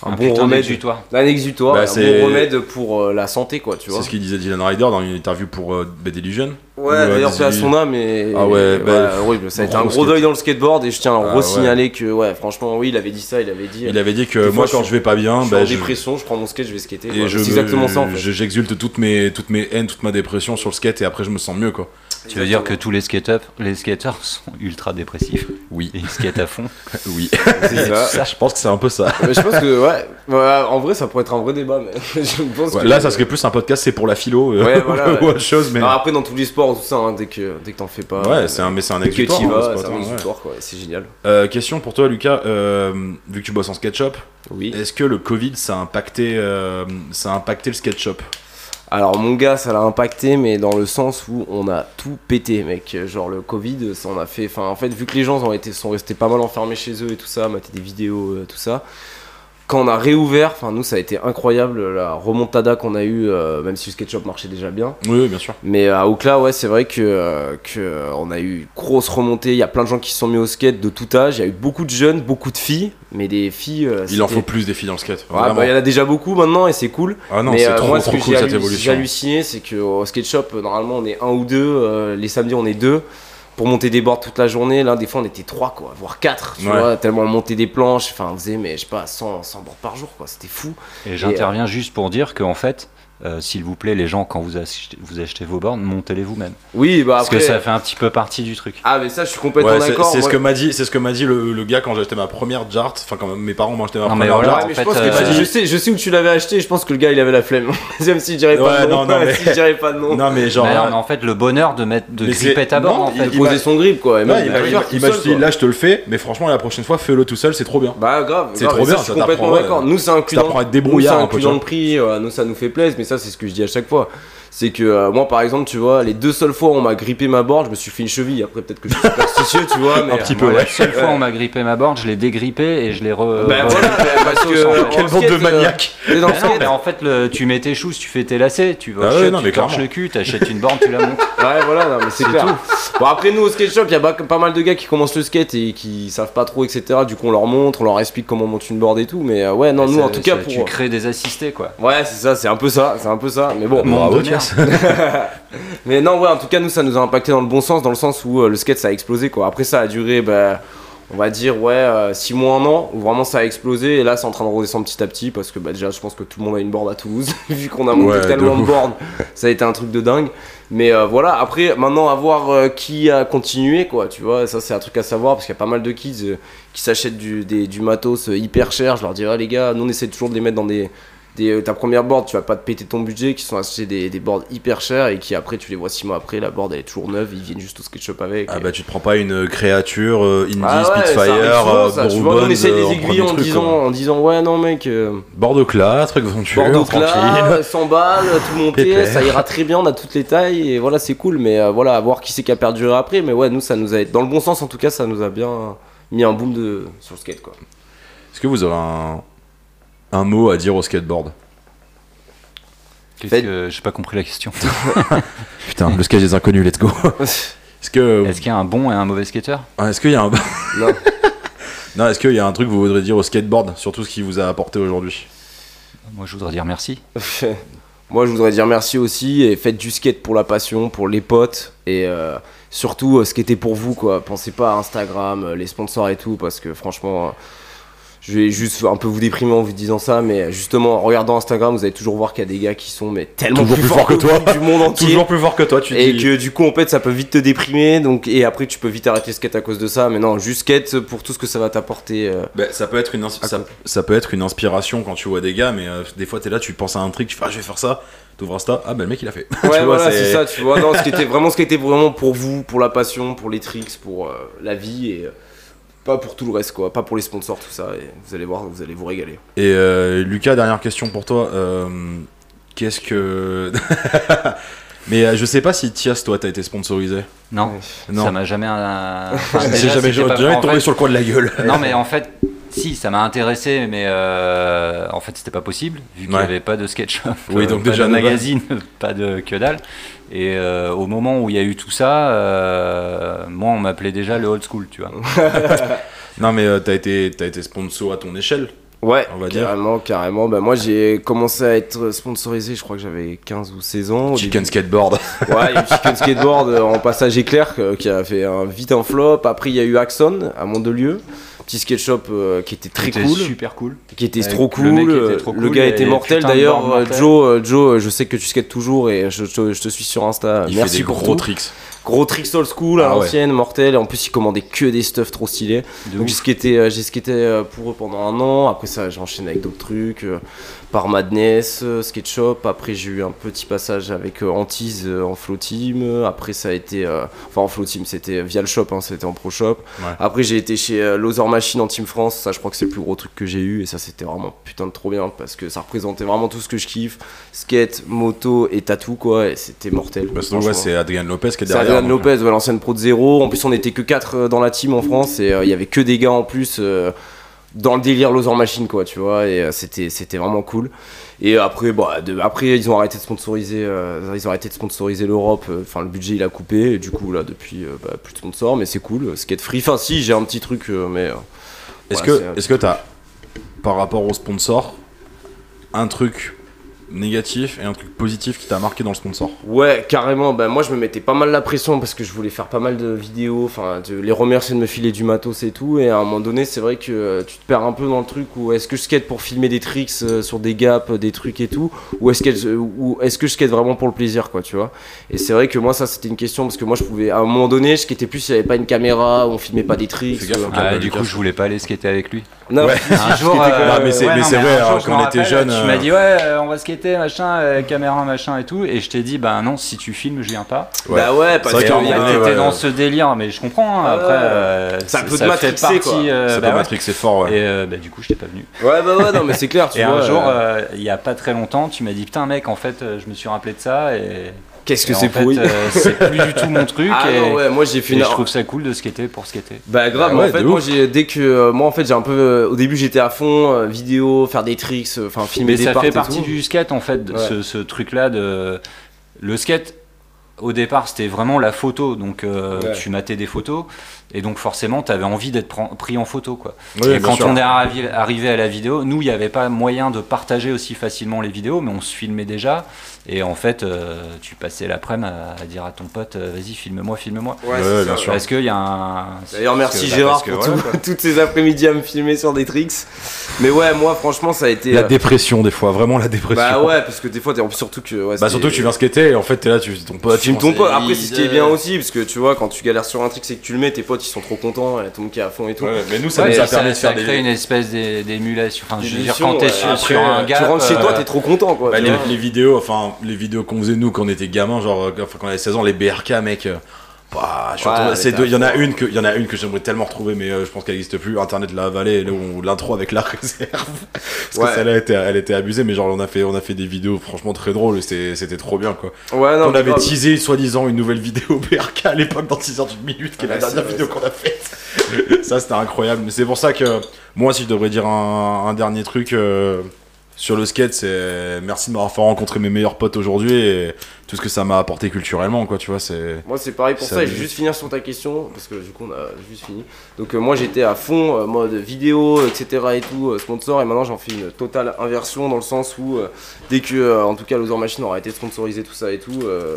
[SPEAKER 1] un, bon remède
[SPEAKER 3] toi.
[SPEAKER 1] un exutoire
[SPEAKER 2] Bah,
[SPEAKER 1] un
[SPEAKER 2] c'est-
[SPEAKER 1] bon remède pour euh, la santé quoi tu vois
[SPEAKER 2] C'est ce qu'il disait Dylan Ryder dans une interview pour euh, Bad Illusion.
[SPEAKER 1] ouais
[SPEAKER 2] Ouais,
[SPEAKER 1] d'ailleurs
[SPEAKER 2] dis-
[SPEAKER 1] c'est à son âme et
[SPEAKER 2] Ah ouais, bah,
[SPEAKER 1] ouais, horrible ça a été
[SPEAKER 2] gros
[SPEAKER 1] un gros
[SPEAKER 2] skate.
[SPEAKER 1] deuil dans le skateboard et je tiens à
[SPEAKER 2] Ah,
[SPEAKER 1] re-signaler que ouais franchement oui il avait dit ça il avait dit euh,
[SPEAKER 2] Il avait dit que
[SPEAKER 1] Des fois,
[SPEAKER 2] moi,
[SPEAKER 1] je
[SPEAKER 2] quand
[SPEAKER 1] suis-
[SPEAKER 2] je vais pas bien,
[SPEAKER 1] je suis
[SPEAKER 2] bah,
[SPEAKER 1] en
[SPEAKER 2] je-
[SPEAKER 1] dépression je prends mon skate je vais skater
[SPEAKER 2] et
[SPEAKER 1] Voilà,
[SPEAKER 2] je
[SPEAKER 1] c'est exactement ça en fait
[SPEAKER 2] je- J'exulte toutes mes, toutes mes haines, toute ma dépression sur le skate et après je me sens mieux quoi.
[SPEAKER 3] Tu veux dire que tous les skateurs, les skateurs sont ultra dépressifs
[SPEAKER 2] Oui,
[SPEAKER 3] et ils skatent à fond.
[SPEAKER 2] oui.
[SPEAKER 1] c'est ça
[SPEAKER 2] je pense que c'est un peu ça.
[SPEAKER 1] Mais je pense que ouais, ouais, en vrai ça pourrait être un vrai débat mais je pense
[SPEAKER 2] Ouais,
[SPEAKER 1] que
[SPEAKER 2] là, ça serait plus un podcast, c'est pour la philo euh,
[SPEAKER 1] Ouais, voilà,
[SPEAKER 2] ou
[SPEAKER 1] ouais.
[SPEAKER 2] autre chose, mais.
[SPEAKER 1] Alors après dans tous les sports tout ça hein, dès que dès que t'en fais pas euh,
[SPEAKER 2] ouais, c'est un, mais c'est un
[SPEAKER 1] dès que
[SPEAKER 2] exutoire.
[SPEAKER 1] t'y
[SPEAKER 2] hein,
[SPEAKER 1] vas
[SPEAKER 2] c'est
[SPEAKER 1] c'est
[SPEAKER 2] pas
[SPEAKER 1] un
[SPEAKER 2] tant- ouais.
[SPEAKER 1] exutoire quoi et c'est génial
[SPEAKER 2] Euh, question pour toi, Lucas. euh, vu que tu bosses en SketchUp,
[SPEAKER 1] oui
[SPEAKER 2] est-ce que le Covid ça a impacté, euh, ça a impacté le SketchUp
[SPEAKER 1] Alors mon gars, ça l'a impacté, mais dans le sens où on a tout pété, mec. Genre le Covid, ça en a fait. Enfin, en fait, vu que les gens ont été, sont restés pas mal enfermés chez eux et tout ça, mater des vidéos, euh, tout ça. Quand on a réouvert, enfin nous, ça a été incroyable la remontada qu'on a eue, euh, même si le SketchUp marchait déjà bien.
[SPEAKER 2] Oui, oui, bien sûr.
[SPEAKER 1] Mais euh, à Oukla, ouais, c'est vrai que, euh, que euh, on a eu grosse remontée. Il y a plein de gens qui se sont mis au skate de tout âge. Il y a eu beaucoup de jeunes, beaucoup de filles, mais des filles. euh,
[SPEAKER 2] Il en
[SPEAKER 1] c'était-
[SPEAKER 2] faut plus des filles dans le skate.
[SPEAKER 1] Ouais, bah, Il
[SPEAKER 2] vraiment.
[SPEAKER 1] y en a déjà beaucoup maintenant et c'est cool
[SPEAKER 2] Ah non,
[SPEAKER 1] mais
[SPEAKER 2] c'est
[SPEAKER 1] euh,
[SPEAKER 2] trop,
[SPEAKER 1] moi,
[SPEAKER 2] trop
[SPEAKER 1] ce que
[SPEAKER 2] cool
[SPEAKER 1] j'ai
[SPEAKER 2] cette
[SPEAKER 1] hallu- j'ai
[SPEAKER 2] évolution.
[SPEAKER 1] halluciné, c'est qu'au skate shop, euh, normalement, on est un ou deux. euh, les samedis, on est deux. Pour monter des boards toute la journée, là, des fois, on était trois, quoi, voire quatre. Tu
[SPEAKER 2] Ouais.
[SPEAKER 1] vois, tellement on montait des planches. Enfin, on faisait, mais je sais pas, 100, 100 boards par jour, quoi. C'était fou.
[SPEAKER 3] Et
[SPEAKER 1] euh,
[SPEAKER 3] j'interviens juste pour dire qu'en fait, euh, s'il vous plaît, les gens, quand vous achetez, vous achetez vos bornes, montez-les vous-même.
[SPEAKER 1] Oui, bah
[SPEAKER 3] Parce
[SPEAKER 1] après.
[SPEAKER 3] que ça fait un petit peu partie du truc.
[SPEAKER 1] Ah, mais ça, je suis complètement
[SPEAKER 2] Ouais, c'est-
[SPEAKER 1] d'accord.
[SPEAKER 2] c'est ce
[SPEAKER 1] moi.
[SPEAKER 2] que m'a dit, c'est ce que m'a dit le, le gars quand j'ai acheté ma première jart. Enfin, quand mes parents m'ont acheté ma
[SPEAKER 3] Non, mais
[SPEAKER 2] première
[SPEAKER 3] voilà,
[SPEAKER 2] jart.
[SPEAKER 1] Ouais, mais
[SPEAKER 3] en
[SPEAKER 1] je
[SPEAKER 3] fait,
[SPEAKER 1] pense que
[SPEAKER 3] euh,
[SPEAKER 1] tu- je, sais, je sais où tu l'avais acheté. Je pense que le gars, il avait la flemme. Même si je dirais pas
[SPEAKER 2] Ouais,
[SPEAKER 1] non.
[SPEAKER 2] non, non, mais-
[SPEAKER 1] si je dirais pas non.
[SPEAKER 2] Non, mais genre.
[SPEAKER 3] Mais non,
[SPEAKER 2] euh,
[SPEAKER 3] mais en fait, le bonheur de mettre de
[SPEAKER 2] Mais
[SPEAKER 3] gripper
[SPEAKER 2] c'est-
[SPEAKER 3] ta borne,
[SPEAKER 2] non,
[SPEAKER 3] en
[SPEAKER 1] il
[SPEAKER 3] fait.
[SPEAKER 2] il
[SPEAKER 1] posait
[SPEAKER 2] m'a-
[SPEAKER 1] son grip, quoi. et
[SPEAKER 2] non,
[SPEAKER 1] même,
[SPEAKER 2] il
[SPEAKER 1] il
[SPEAKER 2] m'a-
[SPEAKER 1] avait
[SPEAKER 2] il
[SPEAKER 1] peur
[SPEAKER 2] m'a-
[SPEAKER 1] tout
[SPEAKER 2] il m'a
[SPEAKER 1] seul,
[SPEAKER 2] dit
[SPEAKER 1] quoi.
[SPEAKER 2] là, je te le fais, mais franchement, la prochaine fois, fais-le tout seul, c'est trop bien.
[SPEAKER 1] Bah grave,
[SPEAKER 2] C'est
[SPEAKER 1] grave,
[SPEAKER 2] trop
[SPEAKER 1] et ça,
[SPEAKER 2] bien,
[SPEAKER 1] je suis
[SPEAKER 2] ça t'apprend,
[SPEAKER 1] complètement
[SPEAKER 2] ouais.
[SPEAKER 1] d'accord. Nous c'est un cul
[SPEAKER 2] Ça
[SPEAKER 1] dans-
[SPEAKER 2] t'apprend à être débrouillard,
[SPEAKER 1] nous, c'est
[SPEAKER 2] un
[SPEAKER 1] un cul
[SPEAKER 2] peu, tu
[SPEAKER 1] dans
[SPEAKER 2] vois.
[SPEAKER 1] le prix, euh, nous ça nous fait plaisir, mais ça c'est ce que je dis à chaque fois. C'est que euh, moi par exemple, tu vois, les deux seules fois où on m'a grippé ma board, je me suis fait une cheville. Après peut-être que je suis superstitieux, tu vois, mais
[SPEAKER 2] Un petit
[SPEAKER 1] euh,
[SPEAKER 2] peu,
[SPEAKER 3] Moi,
[SPEAKER 2] ouais.
[SPEAKER 3] La seule fois où on m'a grippé ma borne, je l'ai dégrippé et je l'ai re.
[SPEAKER 1] Ben
[SPEAKER 3] re-
[SPEAKER 1] voilà, ben, parce que euh,
[SPEAKER 2] Quel
[SPEAKER 1] en
[SPEAKER 2] bande de
[SPEAKER 1] skate, euh,
[SPEAKER 2] maniaques
[SPEAKER 1] t'es dans le
[SPEAKER 3] Mais non,
[SPEAKER 1] skate,
[SPEAKER 3] mais en fait, le- tu mets tes shoes, tu fais tes lacets, tu vas
[SPEAKER 2] Ah
[SPEAKER 3] au
[SPEAKER 2] ouais,
[SPEAKER 3] shop,
[SPEAKER 2] non, mais
[SPEAKER 3] tu torches
[SPEAKER 2] clairement.
[SPEAKER 3] le cul, t'achètes une borne, tu la montes.
[SPEAKER 1] Ouais, voilà, non, mais c'est clair. Bon, après, nous, au skate shop, il y a ba- pas mal de gars qui commencent le skate et qui savent pas trop, etc. Du coup, on leur montre, on leur explique comment on monte une board et tout. Mais euh, ouais, non, nous,
[SPEAKER 3] Ça-
[SPEAKER 1] en tout cas,
[SPEAKER 3] ça-
[SPEAKER 1] pour.
[SPEAKER 3] Tu crées des assistés, quoi.
[SPEAKER 1] Ouais, c'est ça, c'est un peu ça, c'est un peu ça. Mais bon,
[SPEAKER 3] Monde
[SPEAKER 2] bravo,
[SPEAKER 3] de merde.
[SPEAKER 1] Mais non, ouais, en tout cas, nous, ça nous a impacté dans le bon sens, dans le sens où euh, le skate, ça a explosé, quoi. Après, ça a duré, bah, on va dire, ouais, 6 mois, 1 an, où vraiment ça a explosé. Et là, c'est en train de redescendre petit à petit, parce que, bah, déjà, je pense que tout le monde a une board à Toulouse, vu qu'on a monté
[SPEAKER 2] Ouais, de
[SPEAKER 1] tellement de,
[SPEAKER 2] ouf.
[SPEAKER 1] boards. Ça a été un truc de dingue. Mais euh, voilà, après, maintenant, à voir euh, qui a continué, quoi, tu vois. Ça, c'est un truc à savoir, parce qu'il y a pas mal de kids euh, qui s'achètent du, des- du matos euh, hyper cher. Je leur dirais, ah, les gars, nous, on essaie toujours de les mettre dans des des- euh, ta première board, tu vas pas te péter ton budget, qui sont achetés des, des boards hyper chères et qui après tu les vois six mois après, la board elle est toujours neuve, ils viennent juste au sketchup avec.
[SPEAKER 2] Ah
[SPEAKER 1] et-
[SPEAKER 2] bah tu te prends pas une créature euh, Indie,
[SPEAKER 1] Ah ouais, ça arrive
[SPEAKER 2] Spitfire,
[SPEAKER 1] souvent,
[SPEAKER 2] euh,
[SPEAKER 1] ça, tu
[SPEAKER 2] Bourbon,
[SPEAKER 1] vois, nous, on essaie de
[SPEAKER 2] euh,
[SPEAKER 1] les
[SPEAKER 2] en
[SPEAKER 1] aiguiller
[SPEAKER 2] premier
[SPEAKER 1] en
[SPEAKER 2] truc,
[SPEAKER 1] disant,
[SPEAKER 2] quoi.
[SPEAKER 1] en disant ouais non mec, euh,
[SPEAKER 2] Bordeaux classe, truc venture,
[SPEAKER 1] Bordeaux
[SPEAKER 2] tranquille.
[SPEAKER 1] là, 100 balles, euh, tout monté,
[SPEAKER 2] Pépère.
[SPEAKER 1] ça ira très bien, on a toutes les tailles et voilà c'est cool, mais euh, voilà à voir qui c'est qui a perduré après, mais ouais nous ça nous a dans le bon sens en tout cas ça nous a bien mis un boom de sur le skate quoi.
[SPEAKER 2] Est-ce que vous aurez un, un mot à dire au skateboard
[SPEAKER 3] Qu'est-ce
[SPEAKER 1] Faites-
[SPEAKER 3] que- J'ai pas compris la question.
[SPEAKER 2] Putain, le skate des inconnus, let's go. Est-ce que
[SPEAKER 3] Est-ce qu'il y a un bon et un mauvais skateur
[SPEAKER 2] ah, est-ce qu'il y a un
[SPEAKER 1] Non.
[SPEAKER 2] non, est-ce qu'il y a un truc que vous voudrez dire au skateboard, surtout ce qui vous a apporté aujourd'hui
[SPEAKER 3] Moi, je voudrais dire merci.
[SPEAKER 1] Moi, je voudrais dire merci aussi et faites du skate pour la passion, pour les potes et euh, surtout euh, skatez pour vous quoi. Pensez pas à Instagram, euh, les sponsors et tout parce que franchement, euh, je vais juste un peu vous déprimer en vous disant ça, mais justement en regardant Instagram, vous allez toujours voir qu'il y a des gars qui sont mais tellement
[SPEAKER 2] Toujours plus
[SPEAKER 1] forts
[SPEAKER 2] fort que
[SPEAKER 1] vous,
[SPEAKER 2] toi.
[SPEAKER 1] du monde entier.
[SPEAKER 2] Toujours plus fort que toi, tu
[SPEAKER 1] Et
[SPEAKER 2] dis.
[SPEAKER 1] que du coup, en fait, ça peut vite te déprimer, donc et après, tu peux vite arrêter le skate à cause de ça. Mais non, juste skate pour tout ce que ça va t'apporter. euh,
[SPEAKER 2] Bah, ça peut être une ins-
[SPEAKER 1] Ah,
[SPEAKER 2] ça,
[SPEAKER 1] quoi.
[SPEAKER 2] ça peut être une inspiration quand tu vois des gars, mais euh, des fois t'es là, tu penses à un truc, tu fais ah, je vais faire ça, t'ouvres Insta, ah bah le mec il a fait. Tu
[SPEAKER 1] Ouais,
[SPEAKER 2] vois,
[SPEAKER 1] voilà, c'est ça, tu vois. Non, ce qui était vraiment ce qui était vraiment pour vous, pour la passion, pour les tricks, pour euh, la vie et euh, pas pour tout le reste, quoi. Pas pour les sponsors, tout ça. Et vous allez voir, vous allez vous régaler.
[SPEAKER 2] Et euh, Lucas, dernière question pour toi. euh, Qu'est-ce que. Mais euh, je sais pas si Tias, toi, t'as été sponsorisé.
[SPEAKER 3] Non, ça
[SPEAKER 2] Non.
[SPEAKER 3] m'a jamais. euh, enfin,
[SPEAKER 2] J'ai
[SPEAKER 3] déjà,
[SPEAKER 2] jamais,
[SPEAKER 3] c'était pas-
[SPEAKER 2] j'aurais jamais
[SPEAKER 3] en
[SPEAKER 2] tombé
[SPEAKER 3] fait-
[SPEAKER 2] sur le coin de la gueule.
[SPEAKER 3] Non, mais en fait, si, ça m'a intéressé, mais euh, en fait, c'était pas possible, vu qu'il n'y
[SPEAKER 2] Ouais.
[SPEAKER 3] avait pas de sketch
[SPEAKER 2] Oui, donc
[SPEAKER 3] pas
[SPEAKER 2] déjà,
[SPEAKER 3] de
[SPEAKER 2] de base.
[SPEAKER 3] magazine, pas de que dalle. Et euh, au moment où il y a eu tout ça, euh, moi, on m'appelait déjà le old school, tu vois.
[SPEAKER 2] Non, mais euh, t'as été, t'as été sponsor à ton échelle.
[SPEAKER 1] Ouais,
[SPEAKER 2] On va dire.
[SPEAKER 1] carrément, carrément. Bah, moi, j'ai commencé à être sponsorisé, je crois que j'avais 15 ou 16 ans. Au
[SPEAKER 2] Chicken skateboard.
[SPEAKER 1] début- Ouais, il y a eu Chicken Skateboard euh, en passage éclair euh, qui a fait un, vite un flop. Après, il y a eu Axon à Mondelieu. Petit skate shop euh, qui était très
[SPEAKER 3] C'était
[SPEAKER 1] cool,
[SPEAKER 3] super cool.
[SPEAKER 1] qui était
[SPEAKER 3] Avec
[SPEAKER 1] trop cool.
[SPEAKER 3] le mec qui était
[SPEAKER 1] euh,
[SPEAKER 3] trop
[SPEAKER 1] le
[SPEAKER 3] cool,
[SPEAKER 1] gars
[SPEAKER 3] et
[SPEAKER 1] était mortel
[SPEAKER 3] putain de
[SPEAKER 1] d'ailleurs.
[SPEAKER 3] barbe
[SPEAKER 1] euh,
[SPEAKER 3] mortelle.
[SPEAKER 1] Joe, euh, Joe, euh, je sais que tu skates toujours et je, je- je te suis sur Insta.
[SPEAKER 2] Il
[SPEAKER 1] Merci
[SPEAKER 2] fait des
[SPEAKER 1] pour
[SPEAKER 2] gros
[SPEAKER 1] tout.
[SPEAKER 2] tricks.
[SPEAKER 1] Gros tricks old school à
[SPEAKER 2] Ah ouais.
[SPEAKER 1] l'ancienne, mortel. Et en plus, il commandait que des stuffs trop stylés.
[SPEAKER 3] De
[SPEAKER 1] Donc
[SPEAKER 3] ouf.
[SPEAKER 1] j'ai skaté, euh, j'ai skaté euh, pour eux pendant un an, après ça j'ai enchaîné avec d'autres trucs, euh, par Madness, euh, Skate Shop, après j'ai eu un petit passage avec euh, Antise euh, en Flow Team, euh, après ça a été, euh, enfin en Flow Team c'était via le shop, hein, c'était en Pro Shop,
[SPEAKER 2] Ouais.
[SPEAKER 1] après j'ai été chez euh, Loser Machine en Team France, ça je crois que c'est le plus gros truc que j'ai eu et ça c'était vraiment putain de trop bien parce que ça représentait vraiment tout ce que je kiffe, skate, moto et tatou quoi, et c'était mortel.
[SPEAKER 2] Parce que Bah, ouais,
[SPEAKER 1] franchement.
[SPEAKER 2] c'est Adrien Lopez qui est
[SPEAKER 1] C'est
[SPEAKER 2] derrière.
[SPEAKER 1] Adrien
[SPEAKER 2] donc.
[SPEAKER 1] Lopez, ouais, l'ancienne pro de zéro. En plus, on était que 4 dans la team en France et euh, il y avait que des gars en plus euh, dans le délire Loser Machine, quoi, tu vois. Et euh, c'était, c'était vraiment cool. Et après, bah, de- après, ils ont arrêté de sponsoriser, euh, ils ont arrêté de sponsoriser l'Europe. euh, Enfin, le budget il a coupé. Et du coup, là, depuis, euh, bah, plus de sponsors, mais c'est cool. euh, Skate free. Enfin, si, j'ai un petit truc, euh, mais euh,
[SPEAKER 2] Est-ce
[SPEAKER 1] Voilà,
[SPEAKER 2] que,
[SPEAKER 1] c'est-
[SPEAKER 2] est-ce que t'as, par rapport au sponsor, un truc négatif et un truc positif qui t'a marqué dans le sponsor
[SPEAKER 1] Ouais, carrément. Ben, moi, je me mettais pas mal la pression parce que je voulais faire pas mal de vidéos, enfin, de les remercier de me filer du matos et tout. Et à un moment donné, c'est vrai que euh, tu te perds un peu dans le truc où est-ce que je skate pour filmer des tricks euh, sur des gaps, euh, des trucs et tout, ou est-ce que, ou est-ce que je skate vraiment pour le plaisir, quoi, tu vois. Et c'est vrai que moi, ça, c'était une question parce que moi, je pouvais, à un moment donné, je skatais plus, il n'y avait pas une caméra, on filmait pas des tricks.
[SPEAKER 2] Fais gaffe, hein.
[SPEAKER 1] euh.
[SPEAKER 2] faut
[SPEAKER 3] Ah,
[SPEAKER 2] Lucas.
[SPEAKER 3] du coup, je voulais pas aller skater avec lui.
[SPEAKER 1] Non,
[SPEAKER 2] Ouais.
[SPEAKER 3] Un jour, euh,
[SPEAKER 1] skatais quand même.
[SPEAKER 2] Ah, mais c'est- mais
[SPEAKER 3] non,
[SPEAKER 2] c'est vrai,
[SPEAKER 3] un jour,
[SPEAKER 2] hein,
[SPEAKER 3] je
[SPEAKER 2] quand
[SPEAKER 3] me
[SPEAKER 2] on était
[SPEAKER 3] rappelle,
[SPEAKER 2] jeune,
[SPEAKER 3] Tu
[SPEAKER 2] euh,
[SPEAKER 3] m'as dit, ouais, euh, on va skater, machin, euh, caméra, machin et tout. Et je t'ai dit, bah non, si tu filmes, je viens pas.
[SPEAKER 1] Bah ouais,
[SPEAKER 2] C'est
[SPEAKER 1] parce
[SPEAKER 2] vrai
[SPEAKER 1] que
[SPEAKER 2] qu'à un moment
[SPEAKER 1] y a-
[SPEAKER 2] donné,
[SPEAKER 3] T'étais
[SPEAKER 2] ouais,
[SPEAKER 3] dans
[SPEAKER 2] ouais.
[SPEAKER 3] ce délire, mais je comprends. hein,
[SPEAKER 1] Ah,
[SPEAKER 3] après,
[SPEAKER 1] ouais.
[SPEAKER 3] euh,
[SPEAKER 1] Ça peut te
[SPEAKER 3] fait
[SPEAKER 1] matrixer,
[SPEAKER 3] partie,
[SPEAKER 1] quoi.
[SPEAKER 3] euh,
[SPEAKER 2] Ça
[SPEAKER 3] bah
[SPEAKER 2] peut
[SPEAKER 3] ouais.
[SPEAKER 2] matrixer c'est fort, ouais.
[SPEAKER 3] Et euh, bah, du coup, je t'ai pas venu.
[SPEAKER 1] Ouais, bah ouais, non, mais c'est clair, tu
[SPEAKER 3] et
[SPEAKER 1] vois.
[SPEAKER 3] un jour,
[SPEAKER 1] euh,
[SPEAKER 3] euh, il y a pas très longtemps, tu m'as dit, putain, mec, en fait, euh, je me suis rappelé de ça. Et,
[SPEAKER 1] qu'est-ce que
[SPEAKER 3] et en
[SPEAKER 1] c'est
[SPEAKER 3] fait,
[SPEAKER 1] pourri.
[SPEAKER 3] euh, c'est plus du tout mon truc.
[SPEAKER 1] Ah
[SPEAKER 3] et
[SPEAKER 1] non, ouais, moi, j'ai fait
[SPEAKER 3] et
[SPEAKER 1] une.
[SPEAKER 3] je trouve ça cool de skater pour skater.
[SPEAKER 1] Bah grave,
[SPEAKER 2] Bah
[SPEAKER 1] moi,
[SPEAKER 2] ouais,
[SPEAKER 1] en fait,
[SPEAKER 2] de
[SPEAKER 1] moi
[SPEAKER 2] ouf.
[SPEAKER 1] j'ai dès que euh, moi en fait j'ai un peu euh, au début j'étais à fond euh, vidéo, faire des tricks, euh, enfin filmer
[SPEAKER 3] Mais
[SPEAKER 1] des
[SPEAKER 3] ça
[SPEAKER 1] parts
[SPEAKER 3] fait
[SPEAKER 1] et
[SPEAKER 3] partie
[SPEAKER 1] tout.
[SPEAKER 3] du skate en fait, de
[SPEAKER 1] Ouais.
[SPEAKER 3] ce, ce truc-là de le skate. Au départ, c'était vraiment la photo, donc euh,
[SPEAKER 1] Ouais.
[SPEAKER 3] tu matais des photos, et donc forcément, tu avais envie d'être pren- pris en photo, quoi.
[SPEAKER 2] Oui,
[SPEAKER 3] et
[SPEAKER 2] bien
[SPEAKER 3] quand
[SPEAKER 2] sûr.
[SPEAKER 3] on est arri- arrivé à la vidéo, nous, il n'y avait pas moyen de partager aussi facilement les vidéos, mais on se filmait déjà, et en fait, euh, tu passais l'après-midi à, à dire à ton pote, euh, vas-y, filme-moi, filme-moi.
[SPEAKER 2] Ouais,
[SPEAKER 1] c'est
[SPEAKER 2] bien
[SPEAKER 1] ça,
[SPEAKER 2] sûr. bah,
[SPEAKER 3] Parce qu'il y a un.
[SPEAKER 1] D'ailleurs merci
[SPEAKER 3] parce que-
[SPEAKER 1] Gérard
[SPEAKER 3] parce que
[SPEAKER 1] pour tout-
[SPEAKER 3] voilà,
[SPEAKER 1] toutes ces après-midi à me filmer sur des tricks. Mais ouais, moi franchement ça a été
[SPEAKER 2] La
[SPEAKER 1] euh,
[SPEAKER 2] dépression, des fois, vraiment la dépression.
[SPEAKER 1] Bah ouais, parce que des fois t'es en plus surtout que ouais,
[SPEAKER 2] Bah
[SPEAKER 1] c'est-
[SPEAKER 2] surtout que tu euh, viens skater et en fait t'es là, tu ton pote.
[SPEAKER 1] tu filmes
[SPEAKER 2] tu
[SPEAKER 1] ton
[SPEAKER 2] penses-
[SPEAKER 1] pote. Après c'est ce qui est bien aussi parce que tu vois quand tu galères sur un trick c'est que tu le mets tes potes ils sont trop contents, et tout le monde qui est à fond et tout.
[SPEAKER 2] Ouais, mais nous ça
[SPEAKER 3] Ça,
[SPEAKER 2] nous a
[SPEAKER 3] ça,
[SPEAKER 2] permis de
[SPEAKER 3] ça
[SPEAKER 2] faire
[SPEAKER 3] crée
[SPEAKER 2] des.
[SPEAKER 3] une espèce d'é- d'émulation. Enfin, je veux dire,
[SPEAKER 1] L'émission,
[SPEAKER 3] quand t'es
[SPEAKER 1] ouais,
[SPEAKER 3] sur,
[SPEAKER 1] après,
[SPEAKER 3] sur un
[SPEAKER 1] euh,
[SPEAKER 3] gars.
[SPEAKER 1] tu rentres chez toi t'es trop content quoi.
[SPEAKER 2] Bah,
[SPEAKER 1] tu
[SPEAKER 2] les,
[SPEAKER 1] vois.
[SPEAKER 2] les vidéos, enfin les vidéos qu'on faisait nous quand on était gamin, genre euh, enfin, quand on avait 16 ans, les BRK mec. euh, bah, je suis
[SPEAKER 1] Ouais,
[SPEAKER 2] retourné à ces
[SPEAKER 1] mais
[SPEAKER 2] deux. Il y en a
[SPEAKER 1] t'as-
[SPEAKER 2] une que, il y en a une que j'aimerais tellement retrouver, mais euh, je pense qu'elle n'existe plus. Internet l'a avalée, là où on- l'intro avec la réserve. Parce
[SPEAKER 1] Ouais.
[SPEAKER 2] que celle-là était, elle était abusée, mais genre on a fait, on a fait des vidéos franchement très drôles. et C'était, c'était trop bien quoi.
[SPEAKER 1] Ouais, Ah non,
[SPEAKER 2] on
[SPEAKER 1] mais
[SPEAKER 2] avait
[SPEAKER 1] grave.
[SPEAKER 2] teasé soi-disant une nouvelle vidéo BRK à l'époque dans 6 heures d'une minute, qui est
[SPEAKER 1] Ouais,
[SPEAKER 2] la dernière
[SPEAKER 1] c'est
[SPEAKER 2] vidéo
[SPEAKER 1] vrai,
[SPEAKER 2] qu'on a faite. ça c'était incroyable. Mais c'est pour ça que moi si je devrais dire un, un dernier truc euh, sur le skate, c'est merci de m'avoir fait rencontrer mes meilleurs potes aujourd'hui et tout ce que ça m'a apporté culturellement quoi, tu vois, c'est
[SPEAKER 1] Moi c'est pareil pour
[SPEAKER 2] Ça
[SPEAKER 1] ça, et
[SPEAKER 2] me-
[SPEAKER 1] je vais juste finir sur ta question, parce que du coup on a juste fini. Donc euh, moi j'étais à fond, euh, mode vidéo, etc. et tout, euh, sponsor, et maintenant j'en fais une totale inversion dans le sens où euh, dès que, euh, en tout cas, Loser Machine aura été sponsorisé, tout ça et tout, euh,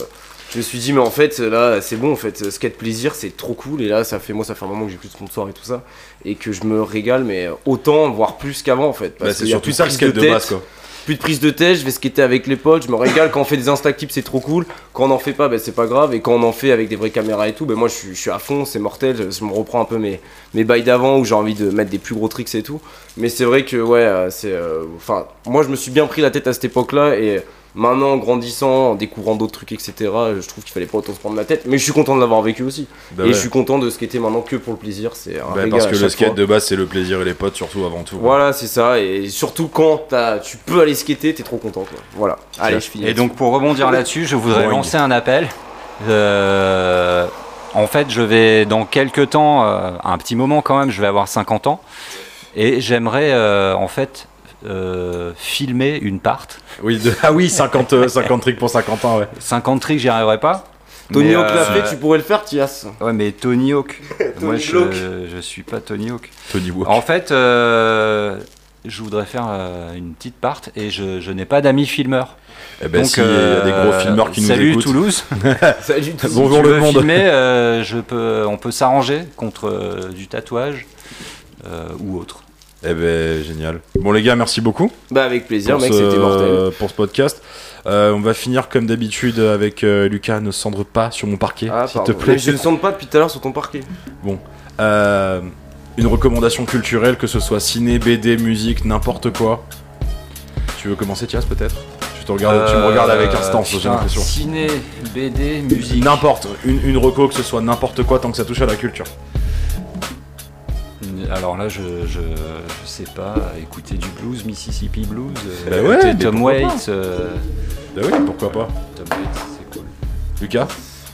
[SPEAKER 1] je me suis dit mais en fait là c'est bon en fait, skate plaisir c'est trop cool, et là ça fait moi ça fait un moment que j'ai plus de sponsor et tout ça, et que je me régale mais autant, voire plus qu'avant en fait.
[SPEAKER 2] bah,
[SPEAKER 1] parce
[SPEAKER 2] c'est
[SPEAKER 1] qu'il y a
[SPEAKER 2] surtout
[SPEAKER 1] plus
[SPEAKER 2] ça le
[SPEAKER 1] prise
[SPEAKER 2] skate de,
[SPEAKER 1] tête,
[SPEAKER 2] base quoi.
[SPEAKER 1] plus de prise de tête, je vais skater avec les potes, je me régale quand on fait des instaclips c'est trop cool, quand on en fait pas ben c'est pas grave et quand on en fait avec des vraies caméras et tout ben moi je suis, je suis à fond, c'est mortel, je, je me reprends un peu mes, mes bails d'avant où j'ai envie de mettre des plus gros tricks et tout. Mais c'est vrai que ouais euh, c'est euh, enfin moi je me suis bien pris la tête à cette époque là et maintenant en grandissant, en découvrant d'autres trucs etc je trouve qu'il fallait pas autant se prendre la tête mais je suis content de l'avoir vécu aussi
[SPEAKER 2] Bah,
[SPEAKER 1] et
[SPEAKER 2] ouais.
[SPEAKER 1] je suis content de skater maintenant que pour le plaisir, c'est un
[SPEAKER 2] Bah,
[SPEAKER 1] régal
[SPEAKER 2] parce
[SPEAKER 1] à
[SPEAKER 2] que le
[SPEAKER 1] chaque
[SPEAKER 2] skate
[SPEAKER 1] fois.
[SPEAKER 2] de base c'est le plaisir et les potes surtout avant tout.
[SPEAKER 1] Voilà, c'est ça, et surtout quand t'as- tu peux aller skater, t'es trop content quoi. Voilà, allez, je finis.
[SPEAKER 3] Et donc pour rebondir là-dessus, je voudrais
[SPEAKER 2] Boring.
[SPEAKER 3] lancer un appel. Euh, en fait, je vais dans quelques temps, euh, un petit moment quand même, je vais avoir 50 ans, et j'aimerais euh, en fait euh, filmer une part.
[SPEAKER 2] Oui, de- ah oui, 50 euh, 50 tricks pour 50 ans, ouais.
[SPEAKER 3] 50 tricks, j'y arriverai pas.
[SPEAKER 1] Tony
[SPEAKER 3] mais,
[SPEAKER 1] Hawk l'a
[SPEAKER 3] euh,
[SPEAKER 1] fait, tu pourrais le faire, Tias.
[SPEAKER 3] Ouais, mais Tony Hawk.
[SPEAKER 1] Tony
[SPEAKER 3] Moi, je,
[SPEAKER 1] Hawk.
[SPEAKER 3] je suis pas Tony Hawk.
[SPEAKER 2] Tony Wook.
[SPEAKER 3] En fait, euh, je voudrais faire euh, une petite part et je, je n'ai pas d'amis filmeurs.
[SPEAKER 2] Eh ben, s'il y a des gros
[SPEAKER 3] euh,
[SPEAKER 2] filmeurs qui nous
[SPEAKER 3] salut
[SPEAKER 2] écoutent.
[SPEAKER 3] Toulouse.
[SPEAKER 1] Salut tout le monde.
[SPEAKER 2] Bonjour
[SPEAKER 3] tu
[SPEAKER 2] le
[SPEAKER 3] veux
[SPEAKER 2] monde.
[SPEAKER 3] filmer, euh, je peux, on peut s'arranger contre euh, du tatouage euh, ou autre.
[SPEAKER 2] Eh ben, génial. Bon, les gars, merci beaucoup
[SPEAKER 1] Bah, avec plaisir,
[SPEAKER 2] pour
[SPEAKER 1] mec,
[SPEAKER 2] ce,
[SPEAKER 1] c'était mortel.
[SPEAKER 2] pour ce podcast. Euh, on va finir comme d'habitude avec euh, Lucas, ne cendre pas sur mon parquet,
[SPEAKER 1] Ah,
[SPEAKER 2] s'il te
[SPEAKER 1] pardon.
[SPEAKER 2] plaît.
[SPEAKER 1] Mais je ne sonne pas depuis tout à l'heure sur ton parquet.
[SPEAKER 2] Euh, une recommandation culturelle, que ce soit ciné, BD, musique, n'importe quoi. Tu veux commencer, Thias, peut-être tu, te regardes, tu me
[SPEAKER 3] Euh,
[SPEAKER 2] regardes avec instance, j'ai
[SPEAKER 1] Euh,
[SPEAKER 3] putain,
[SPEAKER 2] l'impression.
[SPEAKER 3] Ciné, BD, musique.
[SPEAKER 2] N'importe, une, une reco, que ce soit n'importe quoi, tant que ça touche à la culture.
[SPEAKER 3] Alors là, je, je, je sais pas, écouter du blues, Mississippi blues.
[SPEAKER 2] Bah
[SPEAKER 3] euh,
[SPEAKER 2] ouais, mais
[SPEAKER 3] écouter Tom
[SPEAKER 2] pourquoi pas
[SPEAKER 3] Waits. euh,
[SPEAKER 2] Bah oui, pourquoi pas.
[SPEAKER 3] Tom Waits, c'est cool.
[SPEAKER 2] Lucas,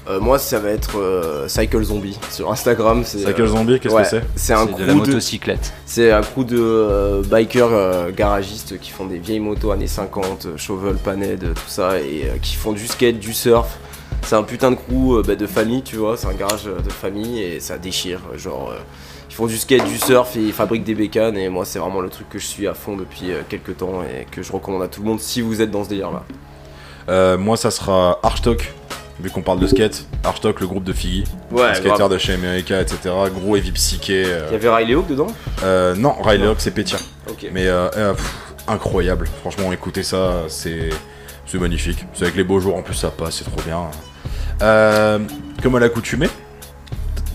[SPEAKER 1] Euh, moi, ça va être euh, Cycle Zombie sur Instagram. C'est
[SPEAKER 2] Cycle
[SPEAKER 1] euh,
[SPEAKER 2] Zombie, qu'est-ce
[SPEAKER 1] ouais,
[SPEAKER 2] que c'est
[SPEAKER 1] C'est un
[SPEAKER 3] C'est
[SPEAKER 1] coup
[SPEAKER 3] de la
[SPEAKER 1] de,
[SPEAKER 3] motocyclette.
[SPEAKER 1] c'est un crew de euh, bikers euh, garagistes qui font des vieilles motos années 50, euh, shovel, panhead, euh, tout ça, et euh, qui font du skate, du surf. C'est un putain de crew euh, bah, de famille, tu vois. C'est un garage euh, de famille et ça déchire. euh, Genre, euh, ils font du skate, du surf et ils fabriquent des bécanes. Et moi, c'est vraiment le truc que je suis à fond depuis euh, quelques temps et que je recommande à tout le monde si vous êtes dans ce délire-là.
[SPEAKER 2] Euh, Moi, ça sera Archtok, vu qu'on parle de skate. Archtok, le groupe de Figgy,
[SPEAKER 1] Ouais,
[SPEAKER 2] skater de chez America, etc. Gros heavy psyché. euh,
[SPEAKER 1] Il y avait Riley Hawk dedans
[SPEAKER 2] euh, non, Riley Hawk, c'est Pétia.
[SPEAKER 1] Ok.
[SPEAKER 2] Mais euh, euh, pff, incroyable, franchement, écoutez ça, c'est c'est magnifique. C'est avec les beaux jours en plus, ça passe, c'est trop bien. Euh, comme à l'accoutumée,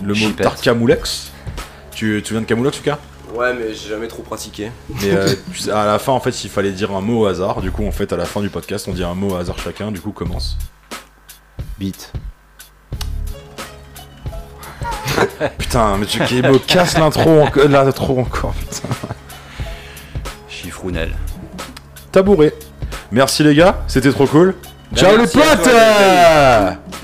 [SPEAKER 2] le mot
[SPEAKER 3] Chipette.
[SPEAKER 2] Tarkamoulex. Tu, tu viens de Camoulox, Lucas
[SPEAKER 1] Ouais, mais j'ai jamais trop pratiqué.
[SPEAKER 2] Mais euh, tu sais, à la fin, en fait, il fallait dire un mot au hasard. Du coup, en fait, à la fin du podcast, on dit un mot au hasard chacun. Du coup, commence.
[SPEAKER 1] Beat.
[SPEAKER 2] Putain, mais tu qui me casse l'intro encore. L'intro encore, putain.
[SPEAKER 3] Chiffrounel.
[SPEAKER 2] Tabouret. Merci les gars, c'était trop cool.
[SPEAKER 1] Bah,
[SPEAKER 2] Ciao les
[SPEAKER 1] merci à toi,
[SPEAKER 2] potes
[SPEAKER 1] les amis.